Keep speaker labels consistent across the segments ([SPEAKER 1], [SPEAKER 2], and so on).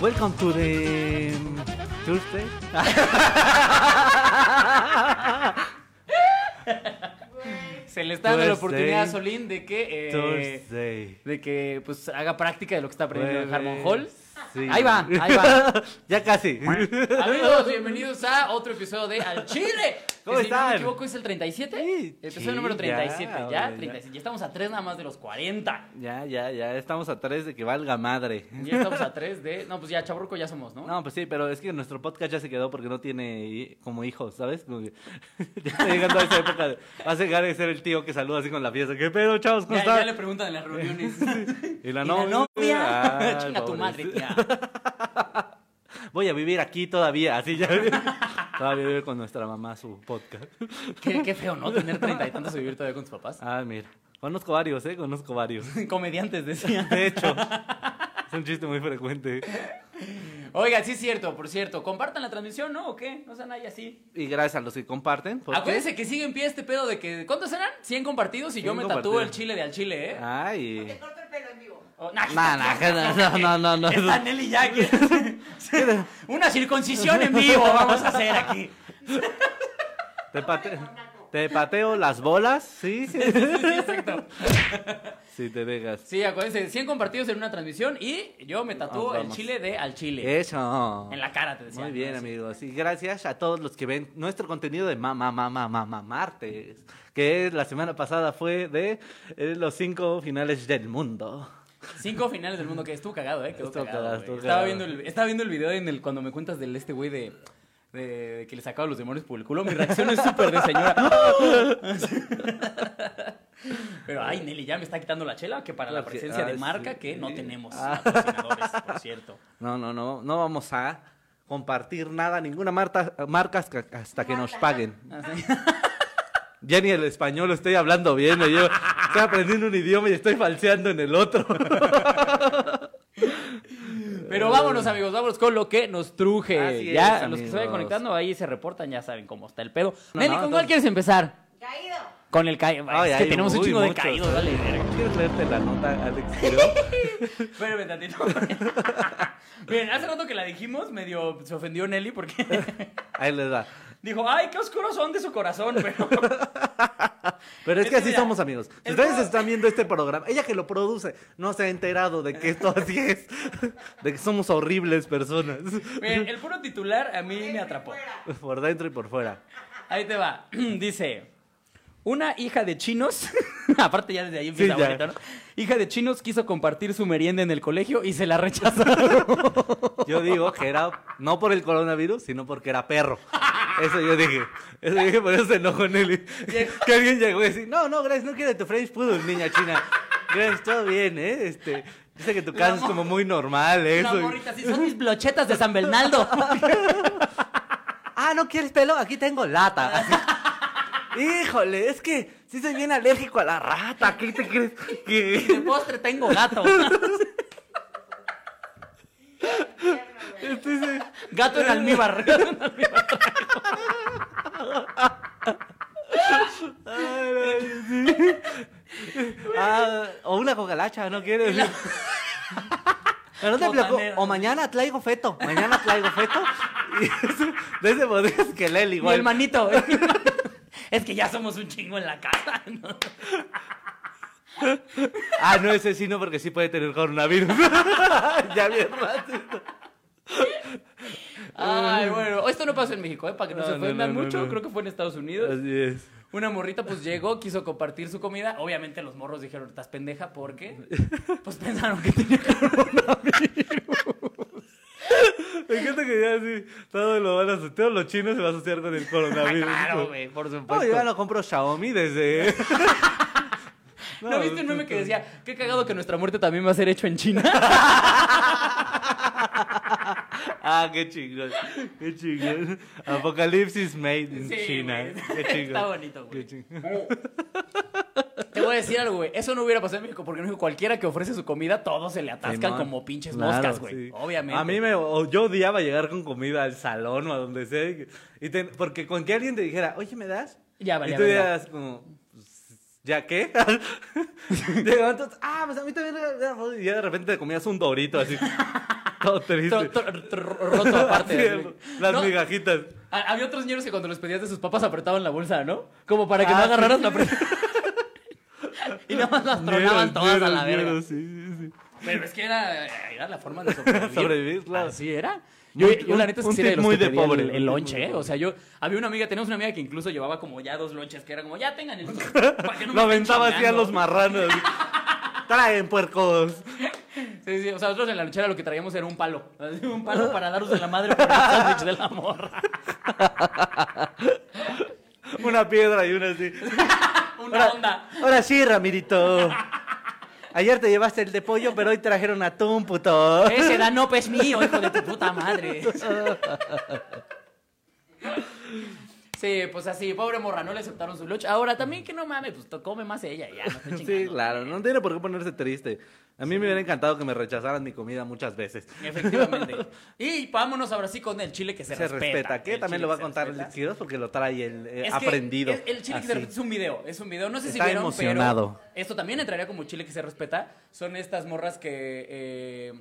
[SPEAKER 1] Welcome to the um, Thursday.
[SPEAKER 2] Se le está dando la
[SPEAKER 1] Thursday.
[SPEAKER 2] oportunidad a Solín de que. eh,
[SPEAKER 1] Thursday.
[SPEAKER 2] de que pues haga práctica de lo que está aprendiendo en
[SPEAKER 1] Jueves.
[SPEAKER 2] Harmon Hall.
[SPEAKER 1] pues, Sí.
[SPEAKER 2] Ahí va, ahí va.
[SPEAKER 1] ya casi.
[SPEAKER 2] Amigos, bienvenidos a otro episodio de Al Chile. que
[SPEAKER 1] ¿Cómo
[SPEAKER 2] si no
[SPEAKER 1] están?
[SPEAKER 2] me equivoco, es el 37.
[SPEAKER 1] Sí,
[SPEAKER 2] el episodio
[SPEAKER 1] sí,
[SPEAKER 2] número
[SPEAKER 1] ya,
[SPEAKER 2] 37, ya,
[SPEAKER 1] ahora ya.
[SPEAKER 2] 37. Ya estamos a tres nada más de los 40.
[SPEAKER 1] ya, ya, ya. Estamos a tres de que valga madre.
[SPEAKER 2] Ya estamos a tres de. No, pues ya, chaburco ya somos, ¿no?
[SPEAKER 1] No, pues sí, pero es que nuestro podcast ya se quedó porque no tiene hi- como hijos, ¿sabes? Como que ya está llegando a esa época. De, vas a llegar a ser el tío que saluda así con la pieza. ¿Qué pedo, chavos? ¿Cómo
[SPEAKER 2] Ya, ya
[SPEAKER 1] están?
[SPEAKER 2] le preguntan en las reuniones.
[SPEAKER 1] Y la
[SPEAKER 2] ¿Y
[SPEAKER 1] novia. Ay,
[SPEAKER 2] Chinga tu
[SPEAKER 1] pobres.
[SPEAKER 2] madre, tía.
[SPEAKER 1] Voy a vivir aquí todavía, así ya. todavía vive con nuestra mamá su podcast.
[SPEAKER 2] Qué, qué feo, ¿no? Tener treinta y tantos y vivir todavía con tus papás.
[SPEAKER 1] Ah, mira. Conozco varios, ¿eh? Conozco varios.
[SPEAKER 2] Comediantes, decían.
[SPEAKER 1] De hecho, es un chiste muy frecuente.
[SPEAKER 2] Oiga, sí es cierto, por cierto. ¿Compartan la transmisión, no? ¿O qué? No sean ahí así.
[SPEAKER 1] Y gracias a los que comparten. porque-
[SPEAKER 2] Acuérdense que sigue en pie este pedo de que. ¿Cuántos eran? 100 compartidos y yo
[SPEAKER 1] 100
[SPEAKER 2] me tatúo el
[SPEAKER 1] compartidos.
[SPEAKER 2] chile de al chile, ¿eh?
[SPEAKER 1] Ay.
[SPEAKER 3] Te corto el pelo en vivo.
[SPEAKER 2] Oh, nah,
[SPEAKER 1] Nah, nah, no, no, no, no.
[SPEAKER 2] Está Nelly ya aquí. Una circuncisión en vivo vamos a hacer aquí.
[SPEAKER 1] Te, pate- te pateo las bolas, sí, sí. Si te dejas.
[SPEAKER 2] Sí, acuérdense, 100 compartidos en una transmisión y yo me tatúo
[SPEAKER 1] Vamos,
[SPEAKER 2] el
[SPEAKER 1] vamos.
[SPEAKER 2] chile de al chile.
[SPEAKER 1] Eso.
[SPEAKER 2] En la cara, te decía.
[SPEAKER 1] Muy bien,
[SPEAKER 2] ¿no?
[SPEAKER 1] amigos. Y gracias a todos los que ven nuestro contenido de mamá, mamá, mamá, martes. Que la semana pasada fue de eh, los cinco finales del mundo.
[SPEAKER 2] Cinco finales del mundo que estuvo cagado, eh. Quedó
[SPEAKER 1] Estuvo
[SPEAKER 2] cagado,
[SPEAKER 1] cagado,
[SPEAKER 2] güey.
[SPEAKER 1] estuvo
[SPEAKER 2] estaba,
[SPEAKER 1] cagado.
[SPEAKER 2] Viendo el, estaba viendo el video en el cuando me cuentas del este güey de, de, de que le sacaba los demonios por el culo. Mi reacción es súper de señora. Pero ay, Nelly, ya me está quitando la chela, que para la
[SPEAKER 1] Porque-
[SPEAKER 2] presencia de
[SPEAKER 1] ah,
[SPEAKER 2] marca
[SPEAKER 1] sí.
[SPEAKER 2] que no tenemos
[SPEAKER 1] Ah.
[SPEAKER 2] patrocinadores, por cierto.
[SPEAKER 1] No, no, no. No vamos a compartir nada, ninguna marca, marca hasta- hasta que nos paguen.
[SPEAKER 2] Así.
[SPEAKER 1] Ya ni el español lo estoy hablando bien. me llevo- estoy aprendiendo un idioma y estoy falseando en el otro.
[SPEAKER 2] Pero vámonos, amigos, vámonos con lo que nos truje.
[SPEAKER 1] Así
[SPEAKER 2] ya,
[SPEAKER 1] es,
[SPEAKER 2] los que se vayan
[SPEAKER 1] amigos.
[SPEAKER 2] conectando ahí se reportan, ya saben cómo está el pedo.
[SPEAKER 1] No,
[SPEAKER 2] Nelly,
[SPEAKER 1] no,
[SPEAKER 2] ¿con cuál
[SPEAKER 1] entonces-
[SPEAKER 2] quieres empezar?
[SPEAKER 3] Caído.
[SPEAKER 2] Con el caído.
[SPEAKER 1] Ay,
[SPEAKER 2] Es que
[SPEAKER 1] hay
[SPEAKER 2] tenemos un
[SPEAKER 1] muy
[SPEAKER 2] chingo de
[SPEAKER 1] muchos,
[SPEAKER 2] caídos,
[SPEAKER 1] ¿eh?
[SPEAKER 2] dale. verga.
[SPEAKER 1] ¿Quieres leerte la nota, Alex? Quiroz?
[SPEAKER 2] Espérame tantito. Bien, hace rato que la dijimos, medio se ofendió Nelly porque
[SPEAKER 1] Ahí les va.
[SPEAKER 2] dijo, ay, qué oscuros son de su corazón, pero...
[SPEAKER 1] Pero es,
[SPEAKER 2] Es
[SPEAKER 1] que
[SPEAKER 2] que
[SPEAKER 1] así
[SPEAKER 2] mira,
[SPEAKER 1] somos amigos. Si
[SPEAKER 2] el
[SPEAKER 1] ustedes
[SPEAKER 2] pro-
[SPEAKER 1] están viendo este programa, ella que lo produce no se ha enterado de que esto así es, de que somos horribles personas,
[SPEAKER 2] Miren, el puro titular a mí me atrapó.
[SPEAKER 3] Fuera.
[SPEAKER 1] por dentro y por fuera.
[SPEAKER 2] Ahí te va. Dice, una hija de chinos, aparte ya desde ahí
[SPEAKER 1] Sí,
[SPEAKER 2] empieza
[SPEAKER 1] ya.
[SPEAKER 2] bonito, ¿no? Hija de chinos quiso compartir su merienda en el colegio y se la rechazaron.
[SPEAKER 1] Yo digo que era no por el coronavirus, sino porque era perro. Eso yo dije. Eso dije, por eso se enojó Nelly. Que alguien llegó y decía, no, no, Grace, no quiere tu French Poodle, niña china. Grace, todo bien, ¿eh? Este, dice que tu
[SPEAKER 2] La
[SPEAKER 1] casa es
[SPEAKER 2] mo-
[SPEAKER 1] como muy normal, ¿eh?
[SPEAKER 2] Una
[SPEAKER 1] Soy-
[SPEAKER 2] morrita, sí, son mis blochetas de San Bernardo.
[SPEAKER 1] Ah, ¿no quieres pelo? Aquí tengo lata. Así. Híjole, es que sí soy bien alérgico a la rata. ¿Qué te crees?
[SPEAKER 2] De
[SPEAKER 1] Que...
[SPEAKER 2] postre tengo gato.
[SPEAKER 3] Tierno, güey.
[SPEAKER 1] Este, sí.
[SPEAKER 2] Gato en almíbar. Gato en almíbar.
[SPEAKER 1] Ay, no, sí. Ah, o una cocalacha, ¿no quieres?
[SPEAKER 2] La-
[SPEAKER 1] Pero no te preocupes,
[SPEAKER 2] Botanera.
[SPEAKER 1] o mañana traigo feto, mañana traigo feto. Y ese- de ese podrías que Lel
[SPEAKER 2] Mi
[SPEAKER 1] igual.
[SPEAKER 2] hermanito. es que ya somos un chingo en la casa. ¿no?
[SPEAKER 1] Ah, no, ese sí no, porque sí puede tener coronavirus. ya bien racista.
[SPEAKER 2] Ay, bueno. Esto no pasó en México, ¿eh? Para que no,
[SPEAKER 1] No,
[SPEAKER 2] se
[SPEAKER 1] no,
[SPEAKER 2] ofendan
[SPEAKER 1] no, no,
[SPEAKER 2] mucho.
[SPEAKER 1] no.
[SPEAKER 2] Creo que fue en Estados Unidos.
[SPEAKER 1] Así es.
[SPEAKER 2] Una morrita, pues llegó, quiso compartir su comida. Obviamente los morros dijeron, estás pendeja, ¿por qué? Pues pensaron que tenía
[SPEAKER 1] Me encanta que ya así, todos lo van a aso- todos los chinos se van a asociar con el coronavirus.
[SPEAKER 2] Claro, güey, por
[SPEAKER 1] No,
[SPEAKER 2] supuesto.
[SPEAKER 1] yo ya lo compro Xiaomi desde.
[SPEAKER 2] ¿No, viste un meme que decía, qué cagado que nuestra muerte también va a ser hecho en China?
[SPEAKER 1] Ah, qué chingón. Qué chingón. Apocalipsis made in
[SPEAKER 2] Sí,
[SPEAKER 1] China.
[SPEAKER 2] güey.
[SPEAKER 1] Qué chingón.
[SPEAKER 2] Está bonito, güey.
[SPEAKER 1] Qué chingón.
[SPEAKER 2] Te voy a decir algo, güey. Eso no hubiera pasado en México porque en México cualquiera que ofrece su comida, todos se le atascan
[SPEAKER 1] Simón.
[SPEAKER 2] como pinches
[SPEAKER 1] Claro,
[SPEAKER 2] moscas, güey.
[SPEAKER 1] sí.
[SPEAKER 2] Obviamente.
[SPEAKER 1] A mí me. o- Yo odiaba llegar con comida al salón o a donde sea. y- Y te- porque con que alguien te dijera, oye, ¿me das?
[SPEAKER 2] Ya valía
[SPEAKER 1] Y tú
[SPEAKER 2] verga.
[SPEAKER 1] dirías, como, "Pues, ¿ya qué? Llegaban todos, ah, mames, a mí también. Y ya de repente te comías un dorito así. todo
[SPEAKER 2] Tro-
[SPEAKER 1] triste.
[SPEAKER 2] tro- tro- roto
[SPEAKER 1] Así,
[SPEAKER 2] aparte. así.
[SPEAKER 1] las
[SPEAKER 2] No,
[SPEAKER 1] migajitas.
[SPEAKER 2] ha- Había otros niños que cuando les pedías de sus papas apretaban la bolsa, ¿no? Como para que no
[SPEAKER 1] Ah,
[SPEAKER 2] agarraras
[SPEAKER 1] sí.
[SPEAKER 2] la presa. y nada más las tronaban
[SPEAKER 1] Ñeros,
[SPEAKER 2] todas a
[SPEAKER 1] ñeros,
[SPEAKER 2] la verga.
[SPEAKER 1] ñeros, sí, sí, sí.
[SPEAKER 2] Pero es que era, era la forma de sobrevivir.
[SPEAKER 1] Sobrevivir, claro.
[SPEAKER 2] Así era. Yo,
[SPEAKER 1] Un-
[SPEAKER 2] yo la neta es que
[SPEAKER 1] un
[SPEAKER 2] sí era
[SPEAKER 1] tip
[SPEAKER 2] los
[SPEAKER 1] muy
[SPEAKER 2] que
[SPEAKER 1] de
[SPEAKER 2] pedía
[SPEAKER 1] pobre,
[SPEAKER 2] El,
[SPEAKER 1] un
[SPEAKER 2] el
[SPEAKER 1] tip
[SPEAKER 2] lonche,
[SPEAKER 1] muy de
[SPEAKER 2] ¿eh? O sea, yo... Había una amiga, teníamos una amiga que incluso llevaba como ya dos lonches, que era como, ya tengan el... para que no
[SPEAKER 1] Lo
[SPEAKER 2] me estén
[SPEAKER 1] aventaba así a
[SPEAKER 2] chingando".
[SPEAKER 1] los marranos. Traen puercos.
[SPEAKER 2] Sí, sí, o sea, nosotros en la lonchera lo que traíamos era un palo. Así, Un palo para darnos de la madre por el sándwich de la morra.
[SPEAKER 1] Una piedra y una así.
[SPEAKER 2] Una onda.
[SPEAKER 1] Ahora sí, Ramirito. Ayer te llevaste el de pollo, pero hoy trajeron atún, puto.
[SPEAKER 2] Ese Danope es mío, hijo de tu puta madre. Sí, pues así, pobre morra, no le aceptaron su lunch. Ahora también que no mames, pues to- come más ella ya, no esté
[SPEAKER 1] Sí,
[SPEAKER 2] chingando.
[SPEAKER 1] claro, no tiene por qué ponerse triste. A mí me hubiera encantado que me rechazaran mi comida muchas veces.
[SPEAKER 2] Efectivamente. Y vámonos ahora sí con el chile que se,
[SPEAKER 1] Se, respeta, que
[SPEAKER 2] El
[SPEAKER 1] también
[SPEAKER 2] chile
[SPEAKER 1] lo va a
[SPEAKER 2] que se
[SPEAKER 1] contar el
[SPEAKER 2] respeta.
[SPEAKER 1] Quiroz porque lo trae el eh,
[SPEAKER 2] Es que
[SPEAKER 1] aprendido.
[SPEAKER 2] es- el chile que se
[SPEAKER 1] así.
[SPEAKER 2] respeta es un video, es un video. No sé si
[SPEAKER 1] Está
[SPEAKER 2] vieron,
[SPEAKER 1] emocionado.
[SPEAKER 2] pero esto también entraría como chile que se respeta. Son estas morras que eh,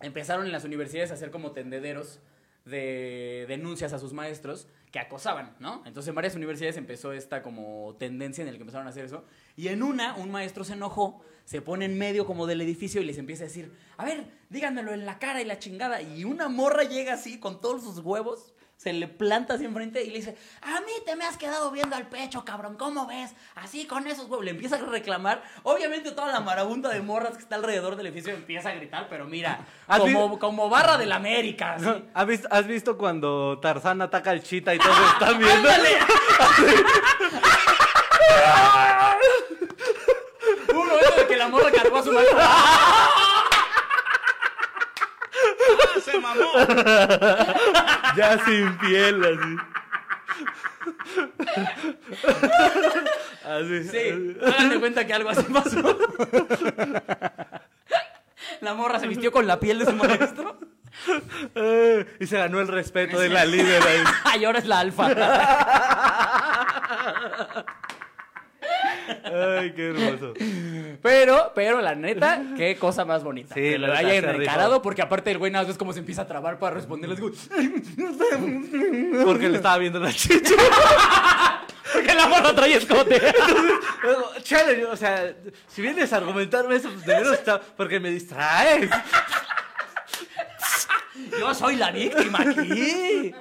[SPEAKER 2] empezaron en las universidades a hacer como tendederos de denuncias a sus maestros que acosaban, ¿no? Entonces en varias universidades empezó esta como tendencia en la que empezaron a hacer eso. Y en una, un maestro se enojó, se pone en medio como del edificio y les empieza a decir, a ver, díganmelo en la cara y la chingada. Y una morra llega así con todos sus huevos, se le planta así enfrente y le dice, a mí te me has quedado viendo al pecho, cabrón, ¿cómo ves? Así con esos huevos. Le empieza a reclamar. Obviamente toda la marabunta de morras que está alrededor del edificio empieza a gritar, pero mira,
[SPEAKER 1] ¿Has
[SPEAKER 2] como, como barra del América. así.
[SPEAKER 1] ¿Has vis- ¿Has visto cuando Tarzán ataca al chita y todos están viendo?
[SPEAKER 2] ¡Ándale! Hubo un momento de que la morra cargó a su maestro.
[SPEAKER 4] Se mamó.
[SPEAKER 1] ya sin piel, así. así.
[SPEAKER 2] Sí, hagan de cuenta que algo así pasó. La morra se vistió con la piel de su maestro.
[SPEAKER 1] Eh, Y se ganó el respeto de la líder ahí.
[SPEAKER 2] Y ahora es la alfa.
[SPEAKER 1] Ay, qué hermoso.
[SPEAKER 2] Pero, pero la neta, qué cosa más bonita.
[SPEAKER 1] Sí,
[SPEAKER 2] que lo
[SPEAKER 1] la neta,
[SPEAKER 2] hayan
[SPEAKER 1] se rifó.
[SPEAKER 2] encarado, porque aparte el güey nada más ves cómo se empieza a trabar para responderles. güey.
[SPEAKER 1] Porque le estaba viendo la chicha.
[SPEAKER 2] Porque la morra trae escote.
[SPEAKER 1] Luego, Chale, o sea, si vienes a argumentarme eso, pues de menos está. Porque me distraes.
[SPEAKER 2] Yo soy la víctima aquí.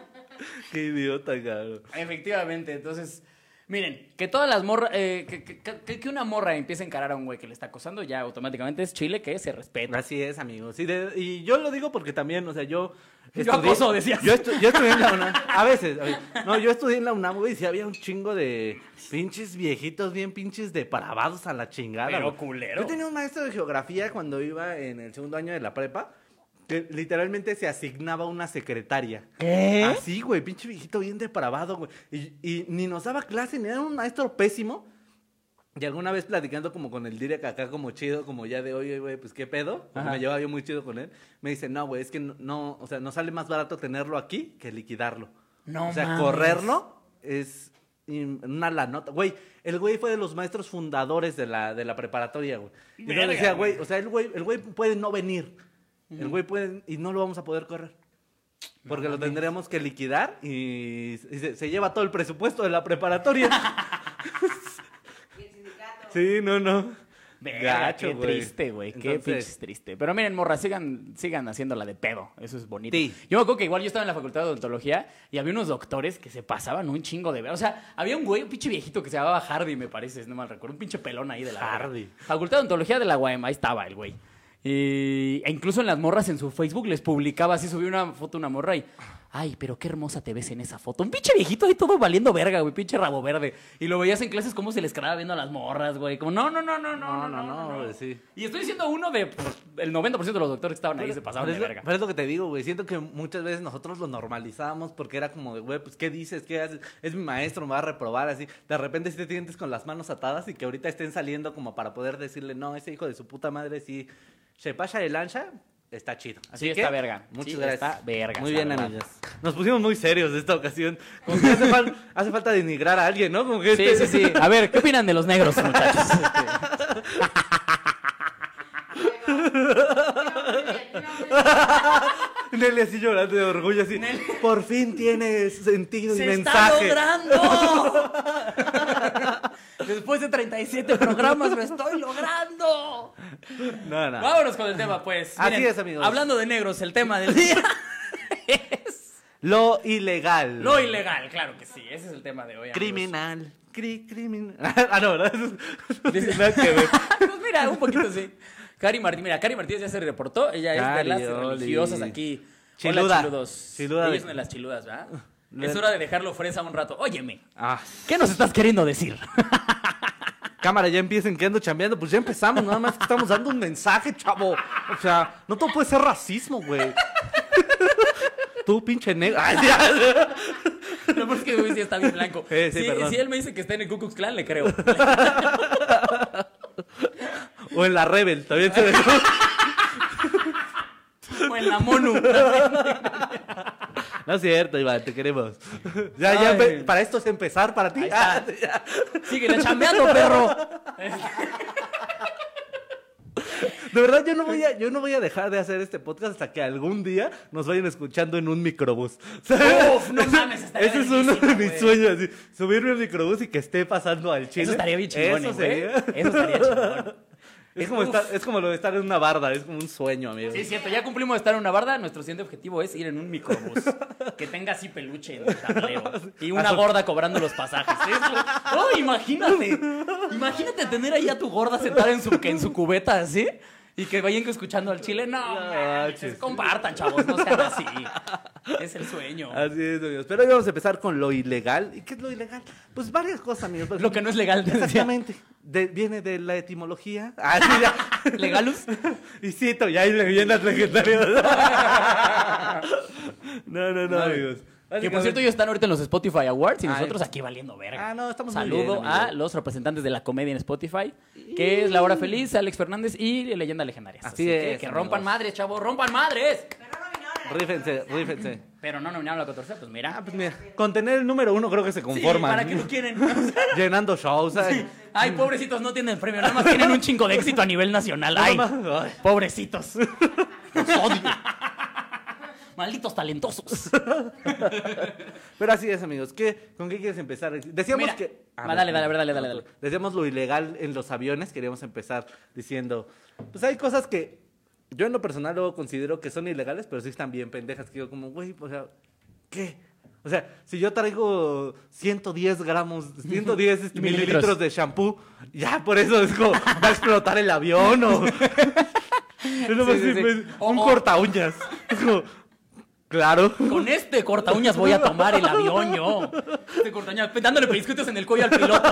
[SPEAKER 1] Qué idiota, cabrón.
[SPEAKER 2] Efectivamente, entonces, miren, que todas las morras, que, que- que- que una morra empiece a encarar a un güey que le está acosando, ya automáticamente es chile que se respeta.
[SPEAKER 1] Así es, amigos. Y, de- y yo lo digo porque también, o sea, yo.
[SPEAKER 2] Yo acoso, decías.
[SPEAKER 1] Yo, estu- yo estudié en la UNAM. A veces, a veces. No, yo estudié en la UNAM, güey, y sí había un chingo de pinches viejitos, bien pinches depravados a la chingada.
[SPEAKER 2] Pero
[SPEAKER 1] güey.
[SPEAKER 2] culero.
[SPEAKER 1] Yo tenía un maestro de geografía cuando iba en el segundo año de la prepa, que literalmente se asignaba una secretaria.
[SPEAKER 2] ¿Eh?
[SPEAKER 1] Así, güey, pinche viejito bien depravado, güey. Y, y ni nos daba clase, ni era un maestro pésimo. Y alguna vez platicando como con el Direk acá como chido, como ya de, oye, güey, pues qué pedo, porque
[SPEAKER 2] Ajá.
[SPEAKER 1] me llevaba yo muy chido con él, me dice, no, güey, es que no, no, o sea, nos sale más barato tenerlo aquí que liquidarlo.
[SPEAKER 2] No
[SPEAKER 1] O sea,
[SPEAKER 2] mames.
[SPEAKER 1] correrlo es im- una lanota. Güey, el güey fue de los maestros fundadores de la, de la preparatoria, güey. Y yo
[SPEAKER 4] Verga,
[SPEAKER 1] decía,
[SPEAKER 4] güey.
[SPEAKER 1] güey, o sea, el güey, el güey puede no venir, el güey puede, y no lo vamos a poder correr. Porque lo tendríamos que liquidar y, y se, se lleva todo el presupuesto de la preparatoria.
[SPEAKER 3] Y el sindicato.
[SPEAKER 1] Sí, no, no.
[SPEAKER 2] Verga,
[SPEAKER 1] Gacho,
[SPEAKER 2] qué
[SPEAKER 1] güey.
[SPEAKER 2] triste, güey. Qué
[SPEAKER 1] Entonces,
[SPEAKER 2] pinches triste. Pero miren, morra, sigan, sigan haciéndola de pedo. Eso es bonito.
[SPEAKER 1] Sí.
[SPEAKER 2] Yo me acuerdo que igual yo estaba en la facultad de odontología y había unos doctores que se pasaban un chingo de ver. O sea, había un güey, un pinche viejito que se llamaba Hardy, me parece, si no mal recuerdo. Un pinche pelón ahí de la. verga.
[SPEAKER 1] Hardy.
[SPEAKER 2] Facultad de odontología de la UAM, ahí estaba el güey. Y, e incluso en las morras en su Facebook les publicaba así, subí una foto de una morra y. Ay, pero qué hermosa te ves en esa foto. Un pinche viejito ahí todo valiendo verga, güey, pinche rabo verde. Y lo veías en clases cómo se les quedaba viendo a las morras, güey. Como, no, no, no, no, no, no, no, no, no.
[SPEAKER 1] güey, sí.
[SPEAKER 2] Y estoy diciendo uno de pff, el 90% de los doctores que estaban ahí se pasaban
[SPEAKER 1] pero
[SPEAKER 2] de
[SPEAKER 1] es lo-
[SPEAKER 2] verga.
[SPEAKER 1] Pero es lo que te digo, güey. Siento que muchas veces nosotros lo normalizábamos porque era como de, güey, pues, ¿qué dices? ¿Qué haces? Es mi maestro, me va a reprobar, así. De repente si te sientes con las manos atadas y que ahorita estén saliendo como para poder decirle, no, ese hijo de su puta madre sí se pasa de lancha, está chido. Así
[SPEAKER 2] Sí,
[SPEAKER 1] que,
[SPEAKER 2] está verga.
[SPEAKER 1] Muchas
[SPEAKER 2] Sí,
[SPEAKER 1] gracias.
[SPEAKER 2] está verga,
[SPEAKER 1] Muy
[SPEAKER 2] la
[SPEAKER 1] bien,
[SPEAKER 2] verdad.
[SPEAKER 1] amigas. Nos pusimos muy serios esta ocasión. Como que hace, fal- hace falta denigrar a alguien, ¿no? Como que
[SPEAKER 2] Sí,
[SPEAKER 1] este-
[SPEAKER 2] sí, sí. A ver, ¿qué opinan de los negros, muchachos?
[SPEAKER 1] Nelly así llorando de orgullo, así.
[SPEAKER 2] Nelly.
[SPEAKER 1] Por fin tiene sentido y
[SPEAKER 2] ¡Se
[SPEAKER 1] mensaje.
[SPEAKER 2] está logrando! Después de 37 programas lo estoy logrando.
[SPEAKER 1] No, no.
[SPEAKER 2] Vámonos con el tema, pues.
[SPEAKER 1] Así es, amigos.
[SPEAKER 2] Hablando de negros, el tema del día es
[SPEAKER 1] Lo ilegal.
[SPEAKER 2] lo ilegal, claro que sí. Ese es el tema de hoy. amigos.
[SPEAKER 1] Criminal. Cri criminal. Ah, no, ¿verdad? Eso es- no tiene
[SPEAKER 2] Dice-
[SPEAKER 1] nada que ver.
[SPEAKER 2] pues mira, un poquito así. Cari Martínez, mira, Cari Martínez ya se reportó. Ella es de
[SPEAKER 1] Cari,
[SPEAKER 2] las
[SPEAKER 1] oli.
[SPEAKER 2] religiosas aquí. Hola,
[SPEAKER 1] Chiluda.
[SPEAKER 2] chiludos.
[SPEAKER 1] Chiluda
[SPEAKER 2] Ella
[SPEAKER 1] de-
[SPEAKER 2] es una de las chiludas, ¿verdad?
[SPEAKER 1] De-
[SPEAKER 2] Es hora de dejarlo fresa un rato. Óyeme,
[SPEAKER 1] Ah,
[SPEAKER 2] ¿qué nos estás queriendo decir?
[SPEAKER 1] cámara, ya empiecen que ando chambeando. Pues ya empezamos, nada más que estamos dando un mensaje, chavo. O sea, no todo puede ser racismo, güey. Tú, pinche negro. Ay, ya.
[SPEAKER 2] No, porque güey, sí está bien blanco.
[SPEAKER 1] Eh, sí,
[SPEAKER 2] Si-
[SPEAKER 1] perdón.
[SPEAKER 2] si él me dice que está en el Ku Klux Klan, le creo.
[SPEAKER 1] O en la Rebel, también se
[SPEAKER 2] O en la Monu.
[SPEAKER 1] No es cierto, Iván, te queremos. Ya,
[SPEAKER 2] Ay.
[SPEAKER 1] ya, empe- para esto es empezar para ti.
[SPEAKER 2] Ahí está.
[SPEAKER 1] Ah, ya.
[SPEAKER 2] Síguele chambeando, perro.
[SPEAKER 1] De verdad, yo no, voy a, yo no voy a dejar de hacer este podcast hasta que algún día nos vayan escuchando en un microbús. ¿Sabes?
[SPEAKER 2] Uf, no mames, estaría
[SPEAKER 1] Ese es uno de
[SPEAKER 2] verguísima,
[SPEAKER 1] mis
[SPEAKER 2] güey.
[SPEAKER 1] sueños, así, subirme al microbús y que esté pasando al chile.
[SPEAKER 2] Eso estaría bien chingón,
[SPEAKER 1] Eso
[SPEAKER 2] eh, güey.
[SPEAKER 1] sería-
[SPEAKER 2] Eso estaría chingón.
[SPEAKER 1] Es como,
[SPEAKER 2] Uf.
[SPEAKER 1] estar, es como lo de estar en una barda, es como un sueño, amigo.
[SPEAKER 2] Sí, es cierto, ya cumplimos de estar en una barda. Nuestro siguiente objetivo es ir en un microbús. Que tenga así peluche en el tablero. Y una gorda cobrando los pasajes. Eso- ¡Oh, imagínate! Imagínate tener ahí a tu gorda sentada en su, en su cubeta así. Y que vayan escuchando al chile. No,
[SPEAKER 1] No
[SPEAKER 2] manches,
[SPEAKER 1] manches.
[SPEAKER 2] compartan, chavos, no sean así. Es el sueño.
[SPEAKER 1] Así es, amigos. Pero hoy vamos a empezar con lo ilegal. ¿Y qué es lo ilegal? Pues varias cosas, amigos.
[SPEAKER 2] Lo que no es legal, te decía.
[SPEAKER 1] Exactamente. De- viene de la etimología. Ah, sí, ya.
[SPEAKER 2] ¿Legalus?
[SPEAKER 1] Y cito, ya hay leyendas legendarias. no, no, no,
[SPEAKER 2] No,
[SPEAKER 1] amigos.
[SPEAKER 2] Que por cierto, ellos están ahorita en los Spotify Awards y
[SPEAKER 1] Ah,
[SPEAKER 2] nosotros aquí valiendo verga.
[SPEAKER 1] Ah, no, estamos muy
[SPEAKER 2] Saludo
[SPEAKER 1] bien,
[SPEAKER 2] a
[SPEAKER 1] amigo.
[SPEAKER 2] los representantes de la comedia en Spotify, que es Laura Feliz, Alex Fernández y Leyenda Legendarias.
[SPEAKER 1] Así
[SPEAKER 2] Así, que,
[SPEAKER 1] es,
[SPEAKER 2] que
[SPEAKER 1] amigos.
[SPEAKER 2] rompan madres, chavos, rompan madres.
[SPEAKER 3] Pero no nominaron a la
[SPEAKER 1] Rífense,
[SPEAKER 3] catorce.
[SPEAKER 1] rífense.
[SPEAKER 2] Pero no nominaron a la 14, pues mira.
[SPEAKER 1] Ah, pues mira, con tener el número uno creo que se conforman.
[SPEAKER 2] Sí, ¿Para qué lo quieren?
[SPEAKER 1] Llenando shows. ay.
[SPEAKER 2] Ay, pobrecitos, no tienen premio, nada más tienen un chingo de éxito a nivel nacional. Ay,
[SPEAKER 1] Nada más, ay.
[SPEAKER 2] pobrecitos. Los odio. Malditos talentosos.
[SPEAKER 1] Pero así es, amigos. ¿Qué, ¿Con qué quieres empezar? Decíamos
[SPEAKER 2] Mira,
[SPEAKER 1] que...
[SPEAKER 2] va, dale, dale, dale, dale, dale.
[SPEAKER 1] Decíamos lo ilegal en los aviones. Queríamos empezar diciendo, pues hay cosas que yo en lo personal luego considero que son ilegales, pero sí están bien pendejas. Que yo como, güey, o sea, ¿qué? O sea, si yo traigo 110 gramos, 110 este,
[SPEAKER 2] Mililitros.
[SPEAKER 1] mililitros de shampoo, ya por eso es como, va a explotar el avión o... Es lo más
[SPEAKER 2] Sí, sí, sí.
[SPEAKER 1] simple,
[SPEAKER 2] O-
[SPEAKER 1] Un
[SPEAKER 2] o-
[SPEAKER 1] corta uñas. Es como, claro.
[SPEAKER 2] Con este corta uñas voy a tomar el avión yo. Este corta uñas, dándole periscoitos en el cuello al piloto.